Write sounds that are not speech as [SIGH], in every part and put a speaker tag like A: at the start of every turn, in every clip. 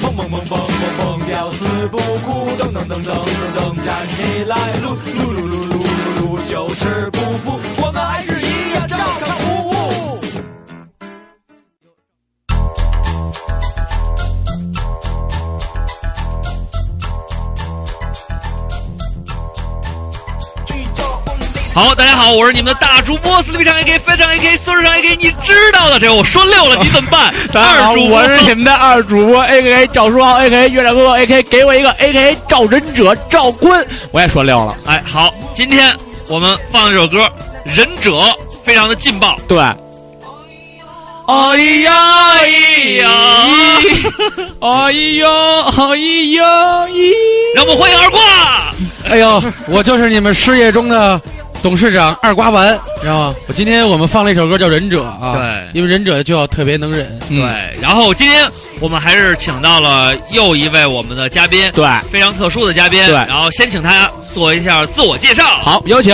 A: 蹦蹦蹦蹦蹦，吊死不哭，噔噔噔噔噔噔，站起来，撸撸撸撸撸撸撸，就是不服，我们还是一样照常服务。
B: 好，大家好，我是你们的大主播四 B 上 AK 非常 AK 四十上 AK，你知道的，这我说六了你怎么办？
C: [LAUGHS] 大家好，
B: 二主播
C: 我是你们的二主播 A K A 赵书豪 A K A 月亮哥哥 A K A 给我一个 A K A 赵忍者赵坤，我也说溜了。
B: 哎，好，今天我们放这首歌《忍者》，非常的劲爆。
C: 对，哎呀哎
B: 呀
C: 哎呀哎呀咦！
B: 让我们欢迎
C: [LAUGHS]
B: 二瓜。
D: 哎呦，我就是你们事业中的董事长二瓜丸，知道吗？我今天我们放了一首歌叫《忍者》啊，
B: 对
D: 因为忍者就要特别能忍，
C: 嗯
B: 对，然后今天我们还是请到了又一位我们的嘉宾，
C: 对，
B: 非常特殊的嘉宾。
C: 对
B: 然后先请他做一下自我介绍。
C: 好，有请。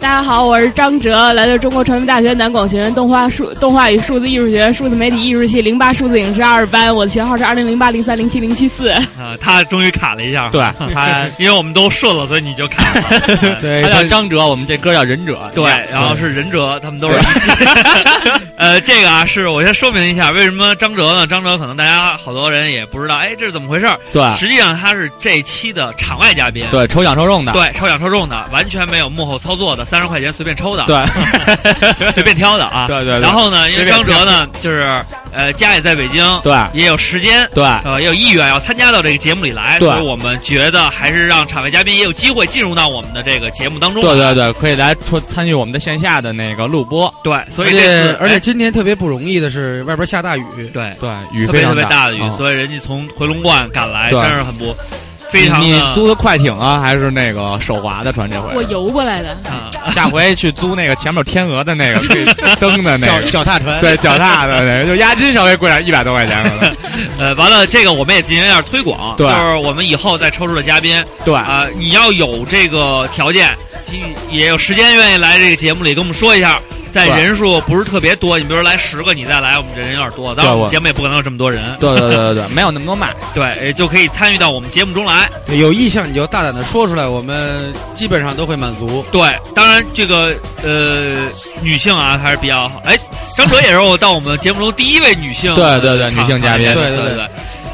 E: 大家好，我是张哲，来自中国传媒大学南广学院动画数动画与数字艺术学数字媒体艺术系零八数字影视二班，我的学号是二零零八零三零七零七四。
B: 呃，他终于卡了一下。
C: 对，他
B: 因为我们都顺了，所以你就卡了。
D: 对，
C: 他叫张哲，我们这歌叫忍者。
B: 对，然后是忍者，他们都是一起。
C: [LAUGHS]
B: 呃，这个啊，是我先说明一下，为什么张哲呢？张哲可能大家好多人也不知道，哎，这是怎么回事儿？
C: 对
B: 实际上他是这期的场外嘉宾，
C: 对抽奖抽中的，
B: 对，抽奖抽中的，完全没有幕后操作的，三十块钱随便抽的，啊 [LAUGHS]
C: 对
B: 随便挑的啊。
C: [LAUGHS] 对对对
B: 然后呢，因为
C: 随
B: 张
C: 便
B: 哲呢，就是呃，家也在北京，
C: 对
B: 也有时间。
C: 对
B: 呃，也有意愿要参加到这个节目里来，
C: 对
B: 所以我们觉得还是让场外嘉宾也有机会进入到我们的这个节目当中。
C: 对对对，可以来说参与我们的线下的那个录播。
B: 对，所
D: 而
B: 以这
D: 且
B: 次
D: 呃而且
B: 哎
D: 今天特别不容易的是，外边下大雨，
B: 对
C: 对，雨
B: 特别
C: 非常
B: 特别大的雨，
C: 嗯
B: 所以人家从回龙观赶来，
C: 对
B: 哎真是很不非常
C: 你
B: 的
C: 你租的快艇啊，还是那个手划的船？这
E: [LAUGHS]
C: 回
E: 我游过来的， [LAUGHS]
B: 啊，
C: 下回去租那个前面有天鹅的 [LAUGHS] 那个可以蹬的那
D: 脚
C: 个，
D: 脚踏船，
C: 对，脚踏的那个，就押金稍微贵点，一百多块钱 [LAUGHS] 可能。
B: 呃，完了这个我们也进行一下推广，
C: 对
B: 就是我们以后再抽出的嘉宾
C: 对，
B: 啊、你要有这个条件，你也有时间愿意来这个节目里跟我们说一下。在
C: 对
B: 人数不是特别多，你比如说来十个，你再来，我们这人有点多，当
C: 对
B: 然我
C: 我
B: 们节目也不可能有这么多人，
C: 对对对对对，没有那么多卖。
B: [LAUGHS] 对，呃就可以参与到我们节目中来。
D: 对有意向你就大胆的说出来，我们基本上都会满足。
B: 对，当然这个呃，女性啊还是比较好。哎，张哲也是我到我们节目中第一位女性，
C: 对对对
B: 场
C: 女性嘉宾
B: 场
D: 对
B: 对
D: 对
B: 对。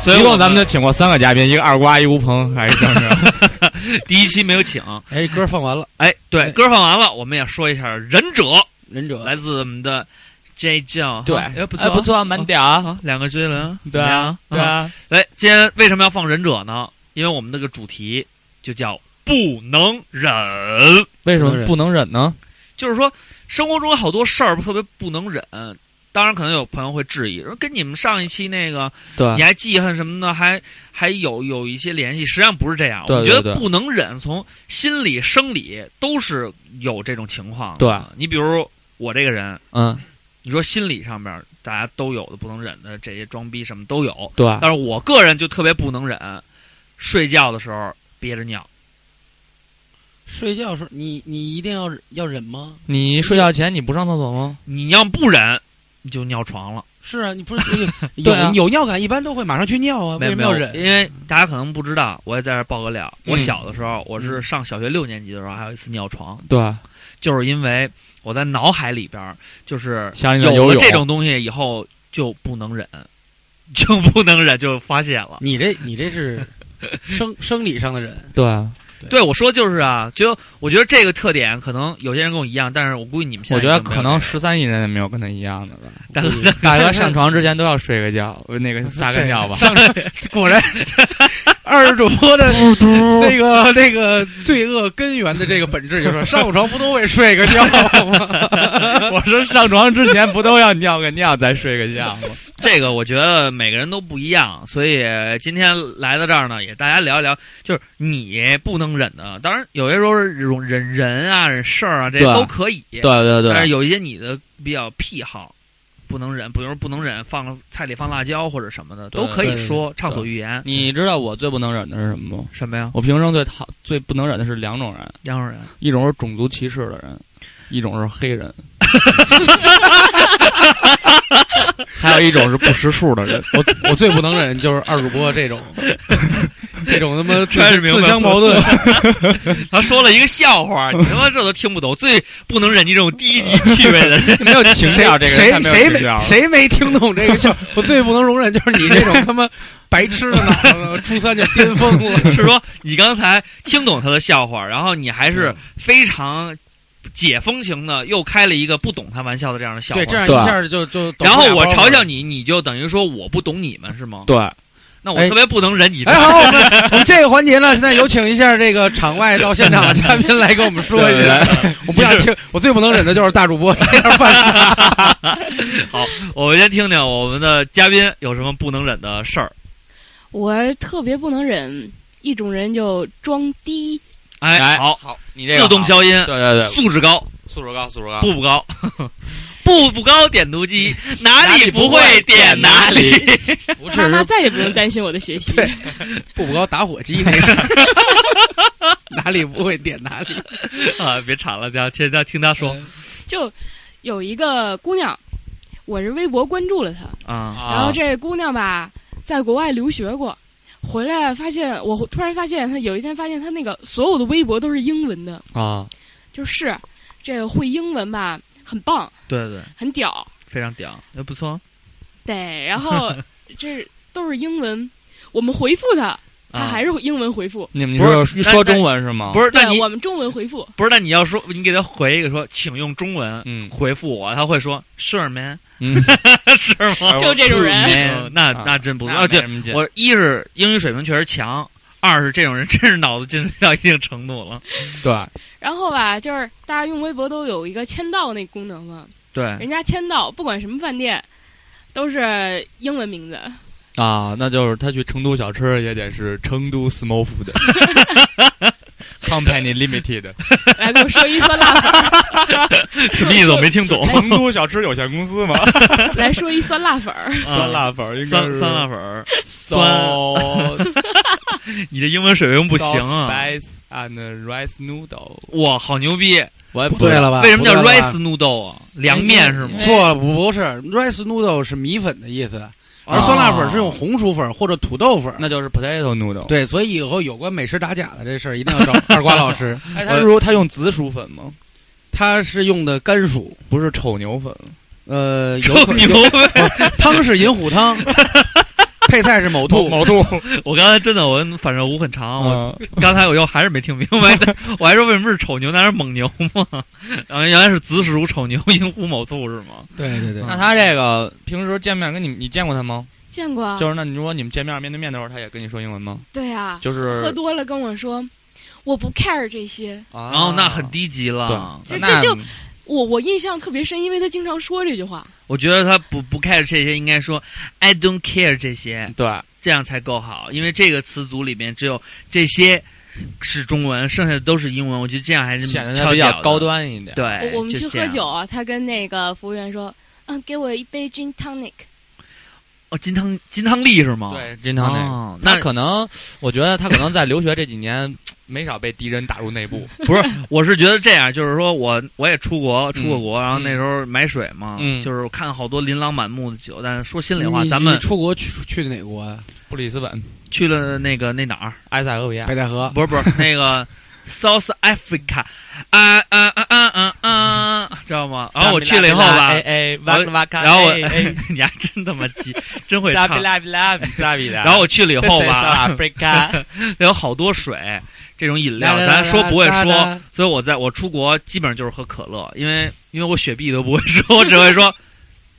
B: 所以
C: 一
B: 我
C: 共咱们就请过三个嘉宾，一个二瓜，一吴鹏，还一张哲。
B: [LAUGHS] 第一期没有请。
D: 哎，歌放完了，
B: 哎，对，
D: 哎
B: 歌放完了，我们也说一下《忍者》，
D: 忍者
B: 来自我们的 J j o 哎不错
C: 哎
B: 啊
C: 不错啊，满点儿啊，
B: 啊，两个追轮，
C: 对啊，
B: 怎
C: 对
B: 么样啊。
C: 啊，
B: 哎，今天为什么要放《忍者》呢？因为我们那个主题就叫不能忍，
C: [LAUGHS] 为什
D: 什
C: 么
D: 么
C: 不
D: 不
C: 能忍呢？
B: 就是说生活中有好多事儿特别不能忍。当然，可能有朋友会质疑，说跟你们上一期那个
C: 对
B: 你还记恨什么的，还还有有一些联系。实际上不是这样，
C: 对
B: 我
C: 对
B: 觉
C: 对
B: 得不能忍，从心理、生理都是有这种情况的。
C: 对
B: 你比如我这个人，
C: 嗯，
B: 你说心理上面大家都有的不能忍的这些装逼什么都有，
C: 对，
B: 但是我个人就特别不能忍，睡觉的时候憋着尿。
D: 睡觉时候你你一定要要忍吗？
C: 你睡觉前你不上厕所吗？
B: 你要不忍，你就尿床了。
D: 是啊，你不 [LAUGHS] 是有
C: 对啊
D: 有尿感，一般都会马上去尿啊，
B: 没
D: 为
B: 有
D: 什么
B: 没
D: 要
B: 有，
D: 忍？
B: 因为大家可能不知道，我也在这儿爆个料。我
C: 嗯
B: 小的时候，我是上小学六年级的时候，还有一次尿床。
C: 对，
B: 就是因为我在脑海里边儿就是
C: 想起来
B: 有
C: 游
B: 了
C: 泳
B: 这种东西以后就不能忍， [LAUGHS] 就不能忍就发泄了。
D: 你这你这是生 [LAUGHS] 生理上的忍，
C: 对，
B: 对我说就是啊，就我觉得这个特点可能有些人跟我一样，但是我估计你们现
C: 我
B: 在
C: 觉得
B: 已经没有
C: 可能
B: 这
C: 十三亿人也没有跟他一样的吧。
B: 但
D: 嗯
C: 大家上床之前都要睡个觉，呃 [LAUGHS] 那个撒个尿吧。
D: 上
C: [LAUGHS]
D: [LAUGHS] 果然二主播的 [LAUGHS] 那个那个罪恶根源的这个本质就是上午床不都会睡个觉 [LAUGHS] 吗？
C: 我说上床之前不都要尿个尿再睡个觉吗？
B: 这个我觉得每个人都不一样，所以今天来到这儿呢，也大家聊一聊，就是你不能忍的，当然有些时候忍忍人啊、忍事儿啊，这
C: 对
B: 都可以。
C: 对对
B: 但是有一些你的比较癖好，不能忍，比如说不能忍放菜里放辣椒或者什么的，
C: 对
B: 都可以
D: 对
B: 说畅所欲言。
C: 你知道我最不能忍的是什么吗？
B: 什么呀？
C: 我平生最讨最不能忍的是两种人，
B: 两种人，
C: 一种是种族歧视的
D: [LAUGHS]
C: 人，一种是黑人。还还有一种是不识数的人。
D: 我我最不能忍就是二主播这种，这种他妈
B: 真是明白
D: 自相矛盾。
B: 他说了一个笑话，你他妈这都听不懂，最不能忍你这种低级趣味
D: [LAUGHS]
B: 的人。
C: [LAUGHS] 没有情调，这个
D: 谁
C: 人太
D: 谁没
C: 没有情调了
D: 谁没听懂这个笑？我最不能容忍就是你这种他妈白痴的脑子，初三就巅峰
B: [LAUGHS]
D: 了。
B: 是说你刚才听懂他的笑话，然后你还是非常解风情的，又开了一个不懂他玩笑的这样的笑话。
D: 对，这样一
C: 对
D: 下就就。
B: 然后我嘲笑
D: 你。
B: 你，你就等于说我不懂你们是吗？
C: 对，
B: 那我特别不能忍你。
D: 哎，好，我们我们这个环节呢，现在有请一下这个场外到现场的嘉宾来跟我们说一下。我不想听，我最不能忍的就是大主
B: [LAUGHS]
D: 播这样犯傻。
B: [LAUGHS] 好，我们先听听我们的嘉宾有什么不能忍的事儿。
E: 我特别不能忍一种人，就装低。
B: 哎，
C: 哎
B: 好，
F: 好，你这个
B: 自动
F: 好
B: 消音
C: 对，对对，
B: 素质高，
F: 素质高，素质高。
D: 啊
B: 步步高， [LAUGHS] 步步高点读 [LAUGHS] 机，哪里不会点哪
C: [LAUGHS]
B: 里。 [LAUGHS]
D: 不
E: 哈哈，再也不用担心我的学习。
D: 对步步高打火机那
B: [LAUGHS]
D: 个，哪里不会点哪里。
B: 啊，别吵了，家听他听他说
E: [LAUGHS] 就有一个姑娘，我是微博关注了她，
B: 啊，
E: 然
F: 啊
E: 后，这姑娘吧，在国外留学过，回来发现我突然发现她有一天发现她那个所有的微博都是英文的
D: 啊，
E: 就是这个会英文吧，很棒，
B: 对对，
E: 很哦屌，
B: 非常屌，那不错。
E: 对，然
C: [LAUGHS]
E: 后这都是英文，我们回复她，她
B: 啊
E: 还是英文回复，
C: 你们
B: 不是
C: 说说中文是吗？
B: 不
C: 是，
B: 是，那你
E: 对我们中文回复，
B: 不是，那你要说，你给他回一个说，请用中文
C: 嗯
B: 回复我，他会说 Sure man，
C: 嗯，
B: [LAUGHS] 是吗？
E: 就这种人，
B: 嗯那
C: 啊
B: 那真不错。啊
C: 那没
B: 对
C: 什么劲
B: 我一是英语水平确实强，二是这种人真是脑子进入到一定程度了。
C: 嗯对
E: 然后吧，就是大家用微博都有一个签到那功能嘛，
B: 对，
E: 人家签到不管什么饭店，都是英文名字。
C: 啊，那就是他去成都小吃也得是成都
B: [LAUGHS]
C: Small Food ，Company Limited，
E: 来，给我说一酸辣粉儿，
B: 什么意思？我没听懂。
C: 成都小吃有限公
B: [LAUGHS]
C: 司吗？
E: [LAUGHS] 来说一酸辣粉儿。
C: 酸
B: 啊
C: 辣粉儿应该
B: 酸
C: 是
B: 酸辣粉儿，
C: 酸
B: [LAUGHS] 你的英文水平不行啊！
C: Spice and rice noodle，
B: 哇，好牛逼！
C: 我也不
D: 对
C: 知道
D: 了吧？
B: 为什么叫
D: 不对了吧
B: rice noodle 啊？凉面是吗？
D: 错了，不不是，rice noodle 是米粉的意思，而酸辣粉是用红薯粉或者土豆粉。
C: 哦那就是 potato noodle。
D: 对，所以以后有关美食打假的这事儿，一定要
C: [LAUGHS]
D: 找二瓜老师。呃
C: 哎，他说他用紫薯粉吗？
D: 他是用的甘薯，
C: 不是丑牛粉。
D: 呃，有
B: 臭
D: 可
B: 牛
C: [LAUGHS]
D: 有哦
B: 呗！
D: 汤是银虎
B: [LAUGHS]
D: 汤，配菜是某兔。
C: 兔，
B: 我刚才真的，我反正我很长，我
C: 嗯
B: 刚才我又还是没听明白，我还说为什么是丑牛，那是蒙牛吗？ [LAUGHS] 然后原来是子鼠丑牛，寅虎卯兔是吗？
D: 对对对
B: 嗯
C: 那他这个平时见面跟你你见过他吗？
E: 见过啊，
C: 就是那你说你们见面面对面的时候，他也跟你说英文吗？
E: 对啊，
C: 就是
E: 喝多了跟我说，我不 care 这些，
C: 啊
B: 然后哦那很低级了。
E: 这
C: 那
E: 这就
B: 嗯
E: 我我印象特别深，因为他经常说这句话。
B: 我觉得他不不 care 这些，应该说 I don't care 这些，
C: 对
B: 这样才够好。因为这个词组里面只有这些是中文，剩下的都是英文。我觉得这样还是
C: 显得他
B: 超
C: 比
B: 屌
C: 较
B: 的
C: 高。端一点。
B: 对，
E: 我我们
B: 哎就
E: 去
B: 这
E: 喝
B: 样
E: 酒，啊，他跟那个服务员说，嗯，给我一杯 gin tonic。
B: 哦，金汤金汤力是吗？
C: 对，真
B: 哦，
C: 汤那个。
B: 那
C: 他可能，我觉得他可能在留学这几年 [CLEARS THROAT] 没少被敌人打入内部。
B: [LAUGHS] 不是，我是觉得这样，就是说我我也出国出过国，然后
C: 嗯
B: 那时候买水嘛，
C: 嗯
B: 就是看好多琳琅满目的酒，但是说心里话，
D: 你
B: 咱
D: 你
B: 们
D: 出国去去的哪国啊？
C: 布里斯本、
B: 去了那个那哪儿，
C: 埃塞俄比亚
D: 北，戴河。
B: 不是不
D: [LAUGHS]
B: 是那
C: [LAUGHS]
B: 个 South Africa，啊啊啊啊啊啊，知道吗？然后我去了以后吧
C: 哎，哎，
B: 我
C: 哇哇咔，
B: 然后我
C: 哎哎
B: [LAUGHS] 你还真他妈急，真会
C: 扎
B: 唱
C: 比。拉比拉比扎比的。
B: 然后我去了以
C: 以 [LAUGHS]
B: 后吧， [LAUGHS]
C: ，Africa
B: 有好多水这种饮料，
D: 来
B: 咱说不会说。，
D: 来
B: 所以我在我出国基本上就是喝可乐，因为因为我雪碧都不会说，我只会说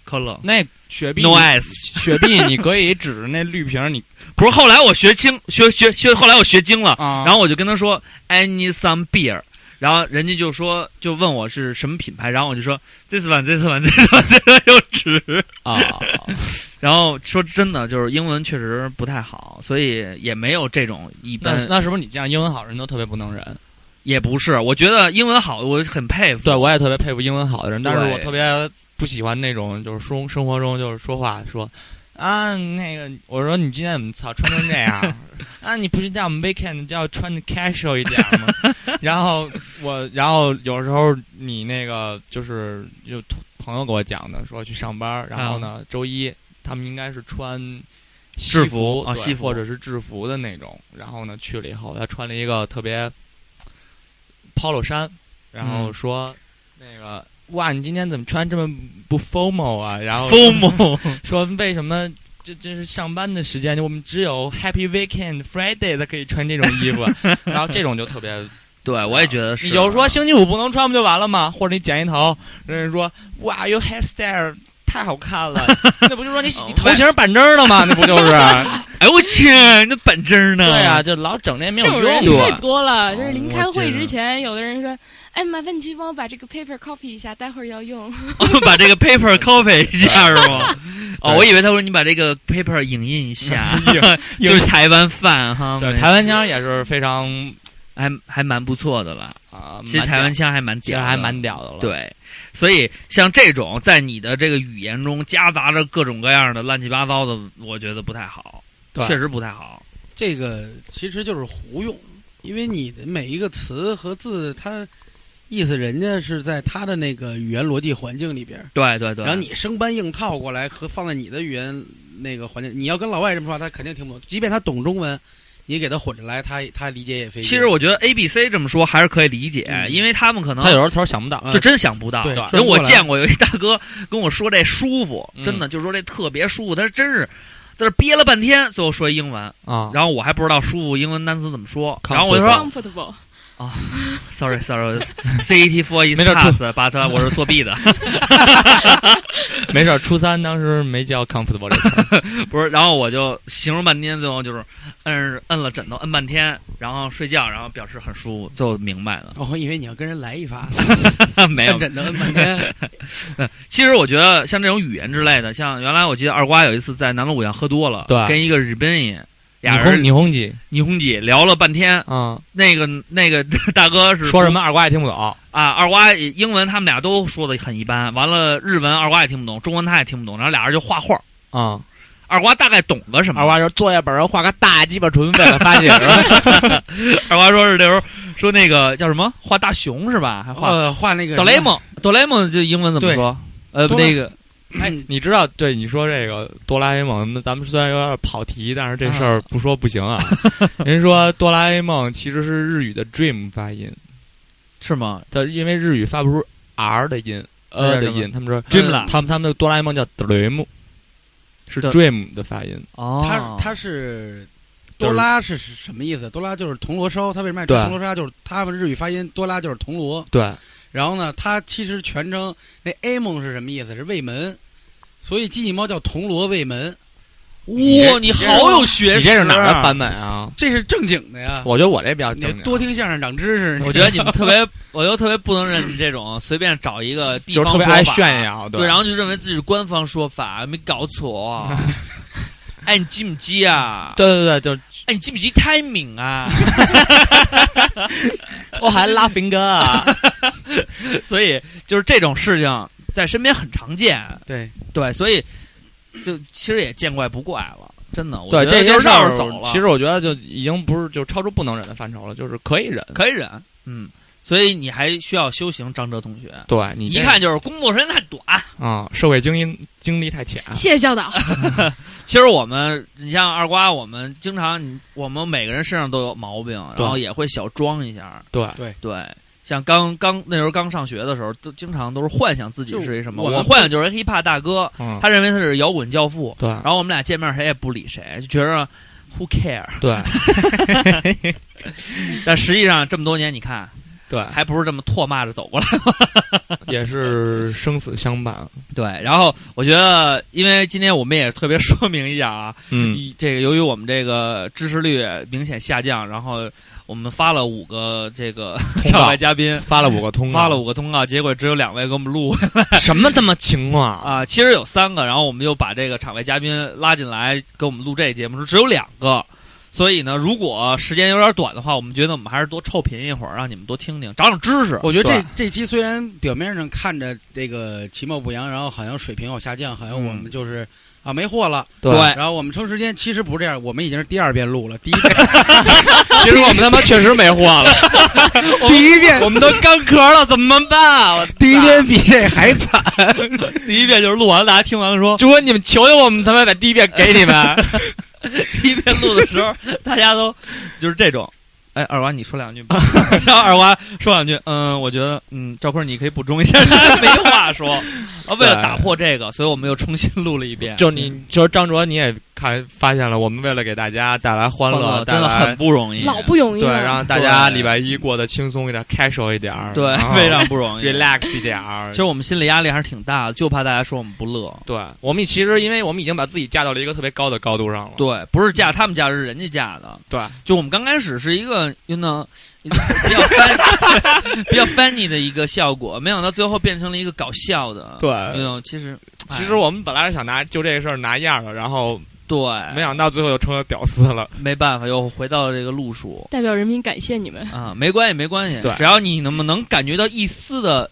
B: 可乐。
C: 那雪碧
B: No ice，
C: 雪碧你可以指着那绿瓶儿你
B: 不是。后来我学精，学学学，后来我学精了，
C: 啊，
B: 然后我就跟他说 I need some beer，然后人家就说就问我是什么品牌，然后我就说 this one this one this one this one 又指，
C: 啊，
B: 然后说真的就是英文确实不太好，所以也没有这种一
C: 那
B: 般，
C: 那是不是你这样英文好人都特别不能忍？
B: 也不是，我觉得英文好，我很佩服。
C: 对，我也特别佩服英文好的人，但是
B: 对
C: 我特别不喜欢那种就是生生活中就是说话说啊那个，我说你今天怎么操穿成这样 [LAUGHS] 啊？你不是在我们 weekend 就要穿的 casual 一点 [LAUGHS] 吗？然后我然后有时候你那个就是就朋友给我讲的，说去上班，然后呢，周一他们应该是穿西
B: 啊制服
C: 服
B: 啊
C: 对
B: 西服
C: 或者是制服的那种。然后呢，去了以后，他穿了一个特别 polo 衫，然后
B: 嗯
C: 说、那个哇，你今天怎么穿这么不 formal 啊？然后
B: 疯魔，
C: [LAUGHS] 说为什么这这是上班的时间，我们只有 Happy Weekend Friday 才可以穿这种衣
B: [LAUGHS]
C: 服，啊然后这种就特别。
B: 对我也觉得是。啊
C: 你就说星期五不能穿不就完了吗？或者你剪一头，人家说哇，your hairstyle 太好看了，那不就说你你头型板正了吗？那不就是？啊
B: 哎我天，那板正呢？
C: 对啊，，就老整那没
E: 这种
C: 有
E: 人
C: 用啊
B: 对
C: 的。
E: 太多了，就是临
B: 哦我
E: 开会
B: 觉得
E: 之前，有的人说：“哎，麻烦你去帮我把这个 paper copy 一下，待会儿要用。
B: 我们 [LAUGHS] 把这个 paper copy 一下是吗？ [LAUGHS] 哦，
C: [LAUGHS] 对
B: 我以为他说你把这个 paper 影印一
C: [LAUGHS]
B: 下，
C: 影
B: [LAUGHS] 就是台湾饭哈，
C: 对，
B: 没
C: 台湾腔也是非常
B: 还还蛮不错的了。
C: 啊，
B: 其实
C: 蛮
B: 台湾
C: 屌
B: 腔还蛮
C: 其实
B: 屌的，
C: 还蛮屌的了。
B: 对。所以像这种在你的这个语言中夹杂着各种各样的乱七八糟的，我觉得不太好，
C: 对
B: 确实不太好。
D: 这个其实就是胡用，因为你的每一个词和字，它意思人家是在他的那个语言逻辑环境里边儿，
B: 对对对，
D: 然后你生搬硬套过来和放在你的语言那个环境，你要跟老外这么说话，他肯定听不懂。即便他懂中文，你给他混着来，他他理解也费劲。
B: 其实我觉得 A B C 这么说还是可以理解，
D: 嗯
B: 因为他们可能
C: 他有时候词儿想不到，嗯
B: 就真想不到。
D: 对
B: 因为
D: 转不过
B: 我
D: 来
B: 见过有一大哥跟我说这舒服，
C: 嗯
B: 真的就说这特别舒服，他真是在这憋了半天，最后说一英文，
C: 啊，
B: 然后我还不知道舒服英文单词怎么说，
C: Comfortable
B: 然后我就说 [LAUGHS] 哦
E: ”Comfortable，
B: sorry [LAUGHS] sorry CET four is
C: 没事儿
B: pass，but 我是作弊的，
C: [LAUGHS] 没事儿。初三当时没教 comfortable 这个词儿，
B: [LAUGHS] 不是，然后我就形容半天，最后就是摁摁了枕头摁半天，然后睡觉，然后表示很舒服，最后明白了，
D: 哦，我以为你要跟人来一
B: [LAUGHS]
D: 发，
B: 没有
D: 摁枕头摁半天。
B: [LAUGHS] 其实我觉得像这种语言之类的，像原来我记得二瓜有一次在南锣鼓巷喝多了，
C: 对
B: 跟一个日本人，俩
C: 你轰
B: 人
C: 你轰几
B: 霓虹姐聊了半天，
C: 啊？
B: 那个那个 [LAUGHS] 大哥是
C: 说什么二瓜也听不懂，
B: 啊？二瓜英文他们俩都说的很一般，完了日文二瓜也听不懂，中文他也听不懂，然后俩人就画画。
C: 啊、
B: 二瓜大概懂个什么？
C: 二瓜说作业本上画个大鸡巴唇
B: [LAUGHS]
C: 为了发泄，
B: 二瓜说是那时候说那个叫什么画大熊是吧？还画
D: 呃，画那个
B: 哆啦 A 梦，哆啦 A 梦这英文怎么说？呃，
D: 哆啦
B: 那个 [CLEARS THROAT]
D: 哎，
C: 你知道？对你说这个哆啦 A 梦，那咱们虽然有点跑题，但是这事儿不说不
B: [LAUGHS]
C: 行啊。人说哆啦 A 梦其实是日语的 dream 发音，
B: 是吗？
C: 它因为日语发不出 r 的音，
B: 那
C: 呃
B: 叫
C: 的
B: 什么
C: 音，他们说
B: Dream 啦
C: 他们他们的哆啦 A 梦叫 dream，是
B: 对
C: dream 的发音。
B: 哦，
D: 他他是
C: 就是
D: 多拉是是什么意思？多拉就是铜锣烧，他为什么爱吃
C: 对
D: 铜锣烧？就是他们日语发音多拉就是铜锣。
C: 对，
D: 然后呢，它其实全称那 A 梦是什么意思？是卫门，所以机器猫叫铜锣卫门，
B: 哇，你好有学识！
C: 你这是哪儿的版本啊？
D: 啊这是正经的呀。
C: 我觉得我这比较
D: 你
C: 正经，啊
D: 多听相声长知识，
B: 我觉得你们特别，我就特别不能认这种随便找一个地
C: 就
B: 方
C: 是特别爱
B: 说法
C: 炫，耀，
B: 对，然后就认为自己是官方说法，没搞错。啊
C: [LAUGHS]
B: 哎，你记不记啊？
C: 对对对，就
B: 哎，你记不记 timing 啊？ [LAUGHS]
C: 我还拉 finger 啊。
B: 所以就是这种事情在身边很常见，
D: 对
B: 对，所以就其实也见怪不怪了，真的。我
C: 对，
B: 觉得
C: 这
B: 就
C: 件事
B: 绕
C: 儿
B: 着走了，
C: 其实我觉得就已经不是就超出不能忍的范畴了，就是可以忍。
B: 可以忍，嗯。所以你还需要修行，张哲同学。
C: 对你
B: 一看就是工作时间太短。
C: 啊、社会经营经历太浅。啊
E: 谢谢教导。
B: [LAUGHS] 其实我们，你像二瓜，我们经常，你我们每个人身上都有毛病，然
C: 对
B: 后也会小装一下。
C: 对，
B: 对，像刚刚那时候刚上学的时候，都经常都是幻想自己是一什么。
D: 就我们
B: 我幻想就是一 hiphop 大哥，
C: 嗯，
B: 他认为他是摇滚教父。
C: 对
B: 然后我们俩见面谁也不理谁，就觉着 who care。
C: 对
B: [LAUGHS] 但实际上这么多年，你看
C: 对，
B: 还不是这么唾骂着走过来。
C: 也是生死相伴。
B: 对，
C: [LAUGHS]
B: 然后我觉得，因为今天我们也特别说明一下啊，
C: 嗯，
B: 一这个由于我们这个支持率明显下降，然后我们发了五个这个
C: 通
B: 场
C: 告
B: 外嘉宾，
C: 发了五个通告，
B: 发了五个通告，结果只有两位给我们录
C: 什么他妈情况啊？
B: 啊，其实有三个，然后我们就把这个场外嘉宾拉进来给我们录这节目，只有两个。所以呢，如果时间有点短的话，我们觉得我们还是多臭贫一会儿，让你们多听听，长长知识。
D: 我觉得
B: 对
D: 这这期虽
C: 嗯
D: 然表面上看着这个其貌不扬，然后好像水平有下降，好像我们就是啊，没货了。
B: 对
D: 然后我们抽时间，其实不是这样，我们已经是第二遍录了，第一遍
C: [LAUGHS] 其实我们他妈确实没货了，
D: 第一遍
C: 我们都干壳了，怎么办啊？我
D: 第一遍比这还
C: [LAUGHS]
D: 惨。
B: 第一遍就是录完了，大家听完了说，
C: 就说你们求求我们，他妈把第一遍给
B: [LAUGHS]
C: 你们。 [LAUGHS]
B: 第一遍录的时候， [LAUGHS] 大家都就是这种。哎，二娃，你说两句吧。 [LAUGHS] 然后二娃 [LAUGHS] 说两句，嗯，我觉得，嗯，赵坤，你可以补充一下，他没话
C: [LAUGHS]
B: 说。啊，为了打破这个，所以我们又重新录了一遍。嗯
C: 就你，就是张卓，你也看发现了，我们为了给大家带来欢
B: 欢
C: 乐，
B: 乐
C: 带
B: 真的
C: 来
B: 很不容易，
E: 老不容易
C: 对，
E: 了。
C: 让大家
B: 对
C: 礼拜一过得轻松一点，casual 一点儿，
B: 对，
C: 然
B: [LAUGHS]
C: 后
B: 非常不容易。
C: relax 一点儿
B: 其。实我们心理压力还是挺大的，就怕大家说我们不乐。
C: 对，我们其实因为我们已经把自己架到了一个特别高的高度上了。
B: 对，不是架他们架，是人家架的。
C: 对，
B: 就我们刚开始是一个 you know 比较 fan [LAUGHS] 比较 funny 的一个效果，没想到最后变成了一个搞笑的。
C: 对，
B: you know 其实
C: 其实
B: 哎
C: 我们本来是想拿就这个事儿拿样儿的，然后
B: 对
C: 没想到最后又成了屌丝了。
B: 没办法，又回到了这个路数
E: 代表人民感谢你们，
B: 啊，没关系，没关系
C: 对，
B: 只要你能不能感觉到一丝的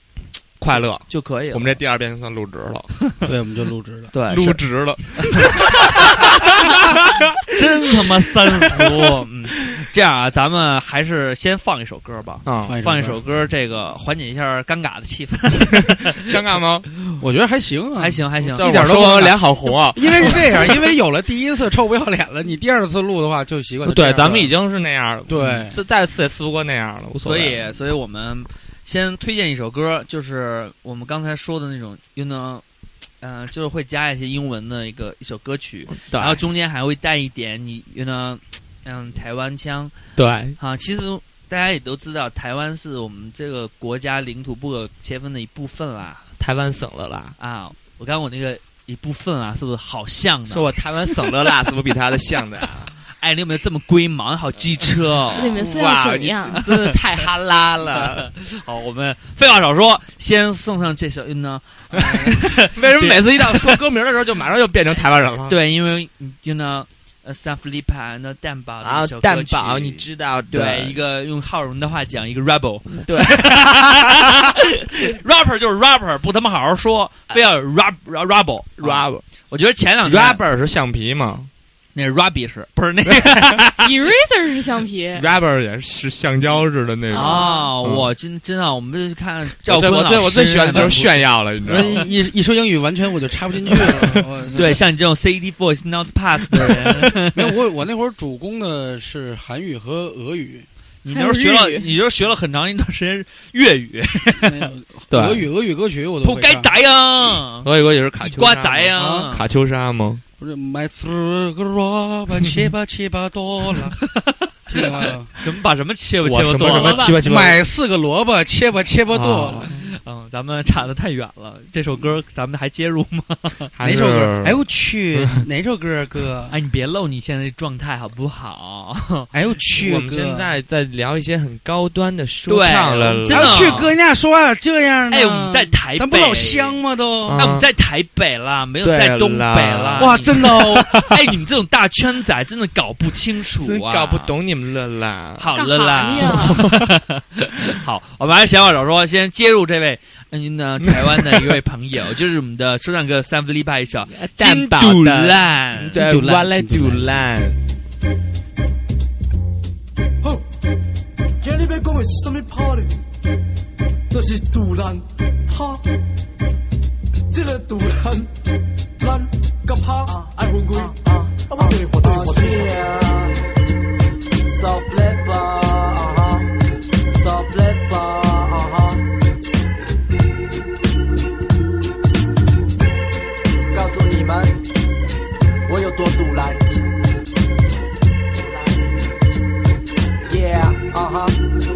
C: 快乐，
B: 就可
C: [LAUGHS]
B: 以了。
C: 我们这第二遍算入职了，
D: 对，我们就录制了。
B: 对
C: 入
B: 是
C: 职了。
B: [LAUGHS] 真他妈三俗，嗯，这样啊，咱们还是先放一首歌吧。
C: 啊，
B: 放一首歌，这个缓解一下尴尬的气氛，
C: [LAUGHS] 尴尬吗？
D: 歌，我觉得还行啊，
B: 还。行还行。
C: 就是
D: 一点
C: 我
D: 都不
C: 说完
D: 尴尬
C: 脸好红啊。
D: [LAUGHS] 因为是这样，因为有了第一次臭不要脸了，你第二次录的话就习惯。
C: [LAUGHS] 对，咱们已经是那样了。嗯
D: 对
C: 这再次也次不过那样了，无所
B: 所
C: 谓。
B: 以，所以我们先推荐一首歌，就是我们刚才说的那种，又能，嗯，就是会加一些英文的一个一首歌曲，
C: 对
B: 然后中间还会带一点你又能，嗯，台湾腔
C: 对
B: 啊。其实大家也都知道，台湾是我们这个国家领土不可切分的一部分啦
C: 台湾省了啦，
B: 啊！我刚刚我那个一部分啊，是不是好像呢？
C: 我台湾省
B: [LAUGHS]
C: 了啦，是不是比他的像的？啊
B: 哎，你有没有这么龟毛？好机车哦！
E: 你们是
C: 哇
E: 要怎样？
C: 真的太哈拉 [LAUGHS] 了！
B: 好， [LAUGHS] 我们废话少说，先送上这首嗯呢。
C: [LAUGHS] 为什么每次一到说歌名的时候，就马上就变成台湾人
B: [LAUGHS]
C: 了？
B: 对，因为你就呢，呃，萨弗利帕那蛋堡的一首歌曲
C: 啊知道
B: 对一个用浩荣的话讲，一个 rebel，
C: [LAUGHS] 对
B: [LAUGHS] rapper 就是 rapper，不他妈好好说，
C: 啊
B: 非要 rap rap- rebel 啊
C: rub
B: 我觉得前两天
C: rubber 啊是橡皮嘛
B: 那 rubbish 不是那
E: [LAUGHS] Eraser 是橡皮，
C: ，rubber 也是橡胶似的那种。
B: 啊，
C: 嗯
B: 我真真啊，我们这看赵
C: 我最
B: 坤
C: 我最我最喜欢的就是
B: 炫。
C: 炫耀了，你知道
D: 然后
C: 吗？
D: 一一说英语，完全我就插不进去了。我
B: 对，，像你这种 CD voice not pass 的人，
D: [LAUGHS]
B: [LAUGHS]
C: [LAUGHS]
D: 没有我我那会儿主攻的是韩语和俄语，
B: 你就是学了
E: 还有日，语
B: 你就是学了很长一段时间粤语，
D: 没
B: [LAUGHS]
D: 有
C: 对
D: 俄语俄语歌曲我都
B: 不
D: 会
B: 该
D: 唱
B: 打呀，
C: 所以我也是卡秋
B: 瓜
C: 莎
B: 仔
C: 吗
B: 呀，
C: 卡秋莎吗？
D: 不是买次个萝卜切吧切吧多
B: [LAUGHS]
D: 了，听明白了吗？
B: 什么把什么切吧切
C: 我
B: 吧
C: 什
B: 剁
C: 么
B: 了
C: 什么七八七八，
D: 买四个萝卜切吧切吧多了。
B: 嗯，咱们差的太远了，这首歌咱们还接入吗？ [LAUGHS]
D: 哪首歌？哎呦我去，哪首歌啊哥？
B: 哎，你别露你现在这状态好不好？
D: 哎呦我去，
C: 我们
D: 哥
C: 现在在聊一些很高端的说
B: 对
C: 唱了啦，
B: 真
D: 哎
B: 的啊
D: 呦去哥，人家说话咋这样呢？
B: 哎，我们在台北，
D: 咱不老乡，吗都？
B: 哎，我们在台北啦，没有在东北啦。
C: 啊
D: 嗯哇，
B: 你
D: 真的哦！
B: 哎，你们这种大圈仔真的搞不清楚
C: 真
B: 啊，
C: 搞不。懂你们了啦。
B: 好
E: 干
B: 了
E: 啥
B: 啦，
E: 呀？
B: [LAUGHS] 好，我们还是闲话少说，先接入这位嗯呢台湾的一位朋友，就是我们的说唱歌三分力派一
C: [LAUGHS]
B: 首《金
C: 蛋堡
B: 赌
C: 的
B: 烂》。
C: 对，
D: 杜兰
C: 我来
D: 杜
C: 杜兰，
A: 今日要讲的是什么趴呢？就是杜兰趴，这个杜兰兰甲趴爱分开，啊，我对我对我对。
F: Soft leather, uh-huh. Soft leather, uh-huh. 告诉你们，我有多堵然。Yeah, uh-huh.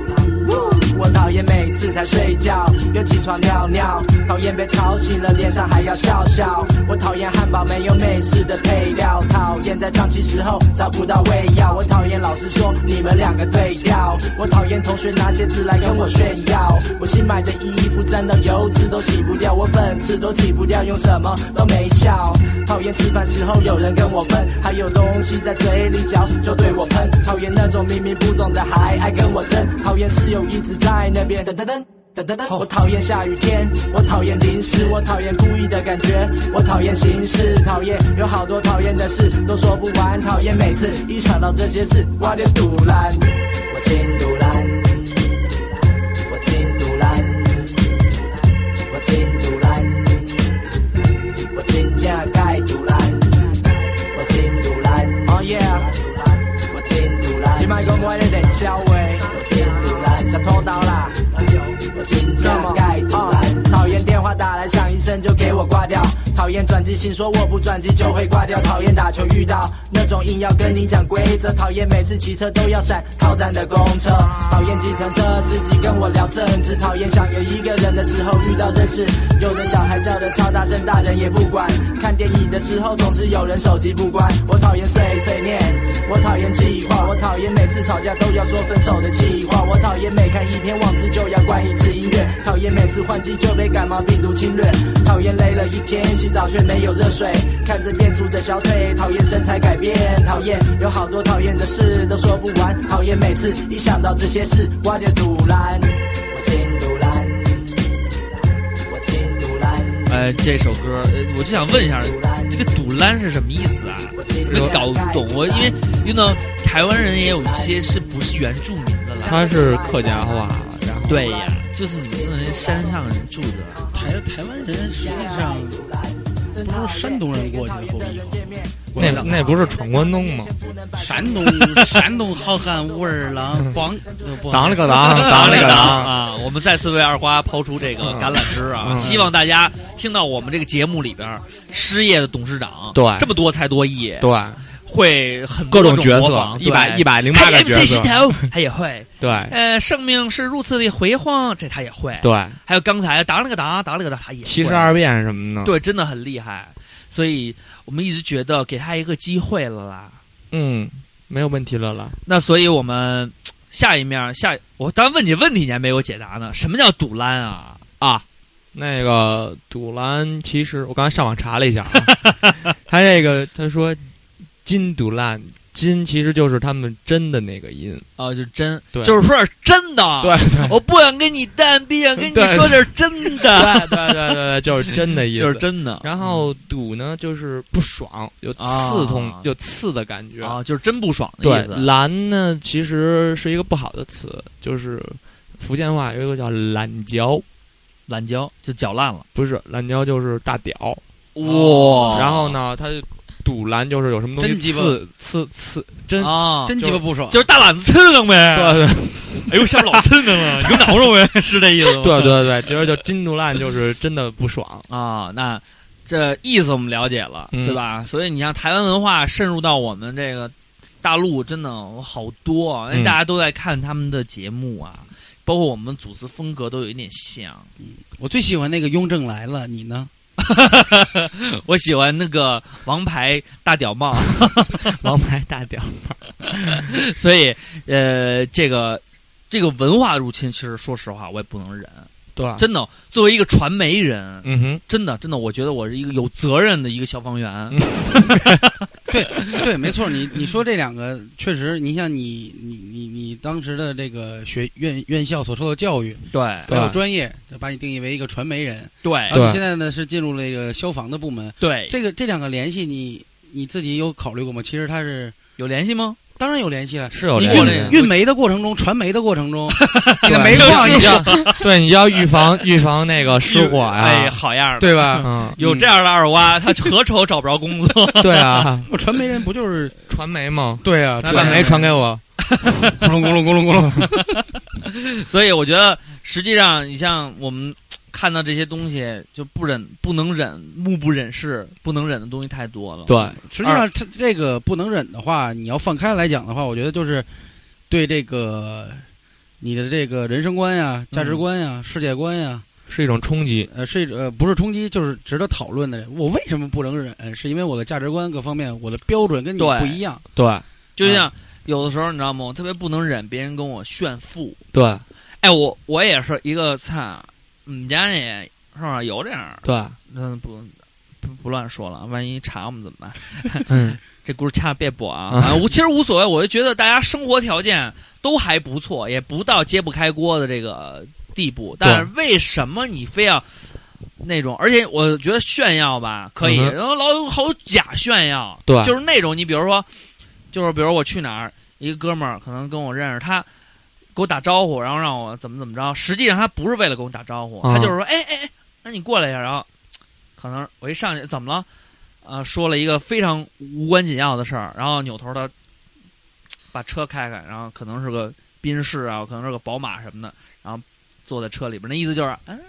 F: 我讨厌每次才睡觉，又起床尿尿，讨厌被吵醒了，脸上还要笑笑。我讨厌汉堡没有美式的配料，讨厌在胀气时候找不到胃药。我讨厌老师说你们两个对调，我讨厌同学拿鞋子来跟我炫耀。我新买的衣服沾到油脂都洗不掉，我粉刺都挤不掉，用什么都没效。讨厌吃饭时候有人跟我分，还有东西在嘴里嚼就对我喷。讨厌那种明明不懂的还爱跟我争，讨厌室友一直在那边噔噔噔。哒哒哒！我讨厌下雨天，我讨厌淋湿，我讨厌故意的感觉，我讨厌形式，讨厌有好多讨厌的事都说不完，讨厌每次一想到这些事，我就堵烂，我真堵烂，我真堵烂，我真堵烂，我真正该堵烂，我真堵烂，Oh yeah！我真堵烂，你莫讲我咧冷笑话，我真堵烂，吃土豆啦，我真正盖堵烂。讨厌电话打来响一声就给我挂掉，讨厌转机信说我不转机就会挂掉，讨厌打球遇到那种硬要跟你讲规则，讨厌每次骑车都要闪靠站的公车，讨厌计程车司机跟我聊政治，讨厌想有一个人的时候遇到认识，有的小孩叫的超大声，大人也不管，看电影的时候总是有人手机不关，我讨厌碎碎念，我讨厌计划，我讨厌每次吵架都要说分手的计划，我讨厌每看一篇网志就要关一次音乐，讨厌每次换季就被感冒病毒侵略，讨厌累了一天洗澡却没有热水，看着变粗的小腿，讨厌身材改变，讨厌有好多讨厌的事都说不完，讨厌每次一想到这些事我就堵烂，我真堵烂，我真堵烂，
B: 哎，这首歌，呃我就想问一下，
F: 堵烂。
B: 这个“堵烂”是什么意思啊？
F: 我
B: 没搞不懂，我因为因为台湾人也有一些是不是原住民的了？
C: 他是客家话，然后
B: 对呀，就是你们那些山上人住的，
D: 台台湾人实际上都是山东人过去的后裔吗？
C: 那那不是闯关东吗？
D: 山东 [LAUGHS] 山东好汉武二郎黄，呃不好
C: 挡了个挡，
D: [LAUGHS]
C: 挡了个挡！
B: 啊！我们再次为二瓜抛出这个橄榄枝啊！
C: 嗯
B: 希望大家听到我们这个节目里边儿，失业的董事长
C: 对
B: 这么多才多艺，
C: 对，
B: 会很
C: 各
B: 多
C: 种角
B: 模
C: 色
B: 仿，
C: 一百
B: 对
C: 一百零八
B: 还有
C: 个角
B: MC 石
C: 色，
B: 头，他也会。
C: 对
B: 呃，生命是如此的辉煌，这他也会。
C: 对，
B: 还有刚才打了个打，打了个打，他也会
C: 七十二变什么的，，
B: 对，真的很厉害。所以我们一直觉得给他一个机会了啦。
C: 嗯，没有问题了啦。
B: 那所以我们下一面下，我刚问你问题，你还没有解答呢。什么叫堵拦啊？
C: 啊，那个堵拦，其实我刚才上网查了一下、啊，
B: [LAUGHS]
C: 他这个他说金堵拦，金其实就是他们真的那个音，
B: 哦，就真，
C: 对
B: 就是说点真的。
C: 对，对
B: 我不想跟你蛋逼，想跟你
C: 对
B: 说点真的，
C: [LAUGHS] 对对对对，就是真的意思，
B: 就是。真的。嗯
C: 然后堵呢，就是不爽，有刺痛，
B: 啊
C: 有刺的感觉。
B: 啊，就是真不爽的
C: 对
B: 意，思。
C: 拦呢，其实是一个不好的词，就是福建话有一个叫懒嚼，
B: 懒胶就搅烂了。
C: 不是懒嚼就是大屌。
D: 哦
B: 哇
C: 然后呢，它堵拦就是有什么东西
D: 真鸡巴
C: 刺刺刺，真
B: 啊，
D: 真鸡巴不爽，
B: 就是 [LAUGHS] 大懒子刺疼呗。
C: 对
B: 哎呦，下面老刺疼了，有挠着呗，是这意思吗？
C: 对对对对，其实就金杜烂就是真的不爽。
B: 啊，那这意思我们了解了，
C: 嗯
B: 对吧？所以你像台湾文化渗入到我们这个大陆，真的好多啊，因为
C: 嗯
B: 大家都在看他们的节目啊，包括我们组词风格都有一点像。
D: 我最喜欢那个雍正来了，你呢？
B: [LAUGHS] 我喜欢那个王牌大屌
C: [LAUGHS]
B: 帽， [LAUGHS]
C: 王牌大屌，
B: 所以呃，这个这个文化入侵，其实说实话我也不能忍，
C: 对，
B: 真的，作为一个传媒人，
C: 嗯哼，
B: 真的真的，我觉得我是一个有责任的一个消防员。 [LAUGHS]
C: 嗯
D: 对，没错，你你说这两个确实，你像你你你你当时的这个学院院校所受的教育，
B: 对
D: 还
C: 对
D: 有专业，就把你定义为一个传媒人，
B: 对
D: 然后
C: 对
D: 你现在呢是进入了这个消防的部门，
B: 对，
D: 这个这两个联系你你自己有考虑过吗？其实它是
B: 有联系吗？
D: 当然有联系了。
C: 是有
D: 你
C: 这
B: 联系
C: 个
B: 对
D: 运
C: 人。
D: 运媒的过程中，传媒的过程中，你的
C: 对
D: 煤矿
C: 你要 [LAUGHS] 对你要预防预防那个失火啊
B: 哎，
C: 呀，
B: 好样儿的！
D: 对吧？
C: 嗯，
B: 有这样的二娃，他何愁找不着工作？
C: 对啊，
D: [LAUGHS] 我传媒人不就是
C: 传媒嘛，
D: 对啊，
C: 来
D: 传
C: 把
B: 传媒
C: 媒传给我。
D: 咕隆咕隆咕隆咕隆，
B: [LAUGHS] 所以我觉得，实际上你像我们看到这些东西，就不忍、不能忍、目不忍视、不能忍的东西太多了。
C: 对，
D: 实际上这这个不能忍的话，你要放开来讲的话，我觉得就是对这个你的这个人生观呀、价
B: 嗯
D: 值观呀、世界观呀，
C: 是一种冲击。
D: 呃，是一种呃不是冲击，就是值得讨论的。我为什么不能忍？是因为我的价值观各方面，我的标准跟你
B: 对
D: 不一样。
C: 对
B: 就像有的时候，你知道吗？我特别不能忍别人跟我炫富。
C: 对
B: 哎，我我也是一个菜，我们家也是吧？有这样儿，
C: 对，
B: 嗯，不不不乱说了，万一查我们怎么办？ [LAUGHS]
C: 嗯，
B: 这故事千万别播啊！
C: 啊
B: 啊，我其实无所谓，我就觉得大家生活条件都还不错，也不到揭不开锅的这个地步。但是为什么你非要那种？而且我觉得炫耀吧可以，
C: 嗯哼
B: 然后老有好多假炫耀，
C: 对
B: 就是那种你比如说，就是比如我去哪儿，一个哥们儿可能跟我认识，他给我打招呼，然后让我怎么怎么着，实际上他不是为了跟我打招呼，
C: 嗯
B: 他就是说，哎哎哎，那你过来一下，然后可能我一上去怎么了？呃，说了一个非常无关紧要的事儿，然后扭头他把车开开，然后可能是个宾士啊，可能是个宝马什么的，然后坐在车里边，那意思就是，嗯、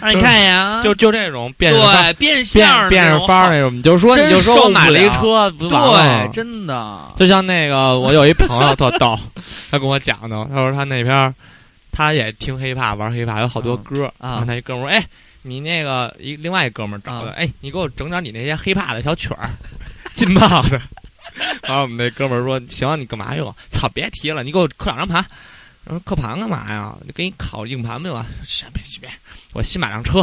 B: 让你看一眼啊，
C: 就就这种变着法
B: 对变相
C: 变变着法儿那种，你就说
B: 真
C: 你就说
B: 受
C: 我
B: 不
C: 买了一
B: 了
C: 车，不就完了啊
B: 对，
C: 吗？
B: 真的，
C: 就像那个，我有一朋友特
B: [LAUGHS]
C: 逗，他跟我讲的，他说他那边儿他也听黑怕，玩黑怕，有好多歌儿
B: 啊
C: 然后他一哥们儿，哎，你那个一另外一哥们儿找的，
B: 啊
C: 哎，你给我整点你那些黑怕的小曲儿， [LAUGHS] 劲爆的。 [LAUGHS] 然后我们那哥们儿说：“行，你干嘛用？操，别提了，你给我刻两张盘。”我说：“刻盘干嘛呀？你给你拷硬盘不就完？随便随便，我新买辆车，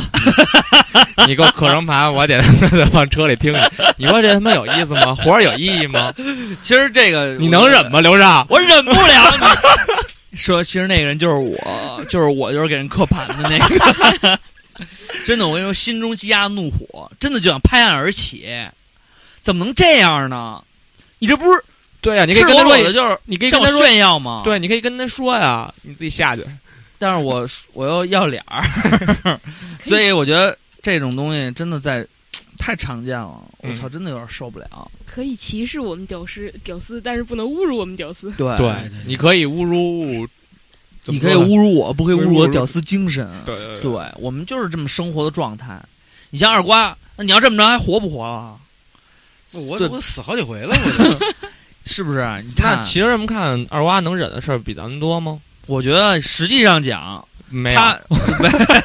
C: [LAUGHS] 你给我刻张盘，我得他妈的放车里听去。你说这他妈有意思吗？活着有意义吗？
B: 其实这个
C: 你能忍？吗，刘畅？
B: 我忍不了你。 [LAUGHS] 说，其实那个人就是我，就是我，就是给人刻盘的那个。 [LAUGHS] 真的，我跟你说，心中积压怒火，真的就想拍案而起，怎么能这样呢？你这不是
C: [LAUGHS] 对呀、啊你可以
B: 赤
C: 跟
B: 裸
C: 他
B: 裸的，
C: 说，
B: 就是
C: 你可以
B: 向
C: 跟
B: 我
C: 他说，
B: 炫耀吗？，
C: 对，你可以跟他说呀，你自己下去。
B: 但是我我又要脸
C: [LAUGHS]
B: 儿，所以我觉得这种东西真的在太常见了，我
C: 嗯
B: 操，真的有点受不了。
E: 可以歧视我们屌丝屌丝，但是不能侮辱我们屌丝。
B: 对
C: 对，你可以侮辱，怎
B: 你
C: 么
B: 可以
C: 说呢
B: 侮辱我，不可以侮
C: 侮
B: 辱
C: 辱
B: 我
C: 我
B: 的屌丝精神。
C: 对对
B: 对，我们就是这么生活的状态。你像二瓜，那你要这么着还活不活了？
D: 我
B: 对
D: 我死好几回了，我
B: [LAUGHS]
D: 就是
B: 不是？啊你
C: 那
B: 看，
C: [LAUGHS] 其实我们看二瓜能忍的事儿比咱们多吗？
B: 我觉得实际上讲，
C: 没有， [LAUGHS]
B: 他 [LAUGHS]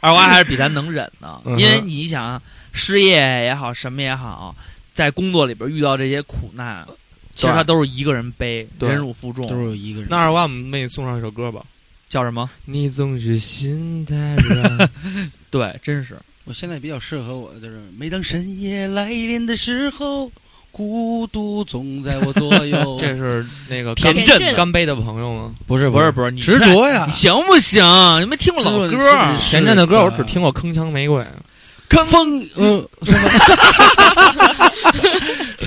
B: 二瓜还是比咱能忍的，
C: 嗯哼
B: 因为你想失业也好，什么也好，在工作里边遇到这些苦难，其实
C: 对
B: 他都是一个人背，
C: 对
B: 忍辱负
D: 都
B: 重。
D: 是有一个人。
C: 那二瓜，我们为你送上一首歌吧。
B: 叫什么？
C: 你总是心太软，
B: [LAUGHS] 对，真是
D: 我现在比较适合我，就是每当深夜来临的时候，孤独总在我左右。
C: [LAUGHS] 这是那个
B: 田
D: 哎
C: 干
E: 震
B: 震
C: 干杯的朋友吗？
D: 不是
B: 不是不是，你
D: 执
B: 在
D: 着呀
B: 你！行不行？你没听过老歌儿？啊
D: 是
C: 田震的歌
D: 的
C: 我只听过《铿锵玫瑰》，
D: 风嗯，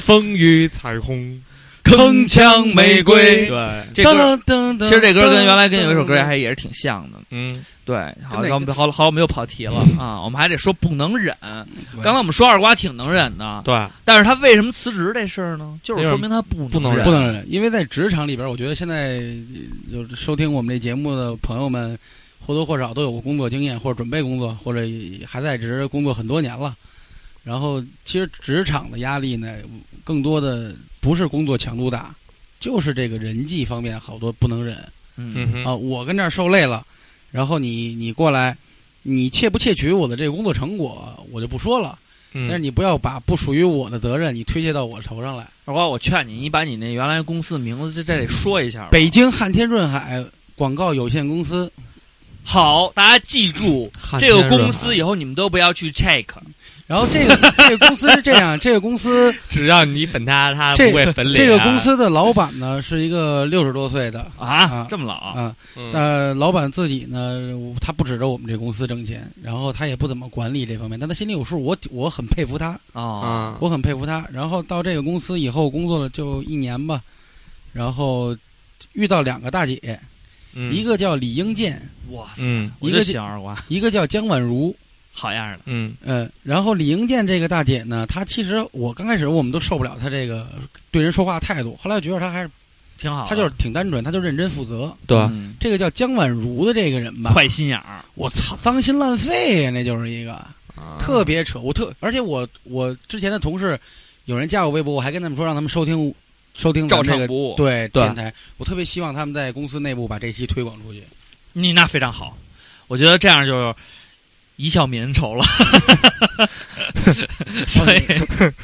C: 风雨彩虹，
D: 铿锵玫瑰。
C: 对，
B: 这歌儿
D: 噔噔
B: 其实这歌儿跟原来跟有一首歌儿还也是挺像的。
C: 嗯，
B: 对，
D: 哪
B: 好，咱们
D: 个嗯
B: 好好我们又跑题了啊！我们还得说不能忍。刚才
D: 刚
B: 我们说二瓜挺能忍的，
C: 对，
B: 但是他为什么辞职这事儿呢？就是
C: 因为
B: 说明他不
C: 不能
B: 忍
C: 忍
D: 不能忍，因为在职场里边，我觉得现在呃就是收听我们这节目的朋友们，或多或少都有过工作经验，或者准备工作，或者还在职工作很多年了。然后，其实职场的压力呢，更多的不是工作强度大，就是这个人际方面好多不能忍。
B: 嗯
C: 嗯哼，
D: 啊，我跟这儿受累了，然后你你过来，你窃不窃取我的这个工作成果，我就不说了。
C: 嗯
D: 但是你不要把不属于我的责任你推卸到我头上来。
B: 二瓜，我劝你，你把你那原来公司的名字在这里说一下吧。
D: 嗯北京汉天润海广告有限公司，
B: 好，大家记住
D: 嗯
C: 汉
B: 这个
C: 天
B: 公
C: 润
B: 司，
C: 海
B: 以后你们都不要去 check。
D: 啊然后
B: [LAUGHS]
D: 这个这个公司是这样，这个公司
C: [LAUGHS] 只要你粉他，他
D: 这
C: 不会啊粉脸。
D: 这个公司的老板呢是一个六十多岁的
B: 啊
D: 啊，
B: 这么老，
D: 啊，
C: 嗯，
D: 呃，老板自己呢，他不指着我们这公司挣钱，然后他也不怎么管理这方面，但他心里有数，我我很佩服他。
B: 啊，
C: 啊，
D: 我很佩服他。然后到这个公司以后工作了就一年吧，然后遇到两个大姐，
C: 嗯
D: 一个叫李英健，
B: 哇塞，
C: 嗯
B: 我就喜欢二瓜， [LAUGHS]
D: 一个叫江婉如。
B: 好样的，
C: 嗯
D: 嗯，然后李英健这个大姐呢，她其实我刚开始我们都受不了她这个对人说话态度，后来觉得她还是
B: 挺好的。啊
D: 她就是挺单纯，她就认真负责。
C: 对
B: 嗯
D: 这个叫江婉如的这个人吧，
B: 坏心眼儿，
D: 我操，脏心烂肺啊呀、那就是一个。
B: 啊
D: 特别扯。我特，而且我我之前的同事，有人加我微博，我还跟他们说让他们收听收听咱
B: 照
D: 们这
B: 常
D: 个
B: 不误。
D: 对
C: 对
D: 电台，我特别希望他们在公司内部把这期推广
B: [LAUGHS]
D: 出去。
B: 你嗯那非常好，我觉得这样就是一笑泯恩仇了。 [LAUGHS] 所以，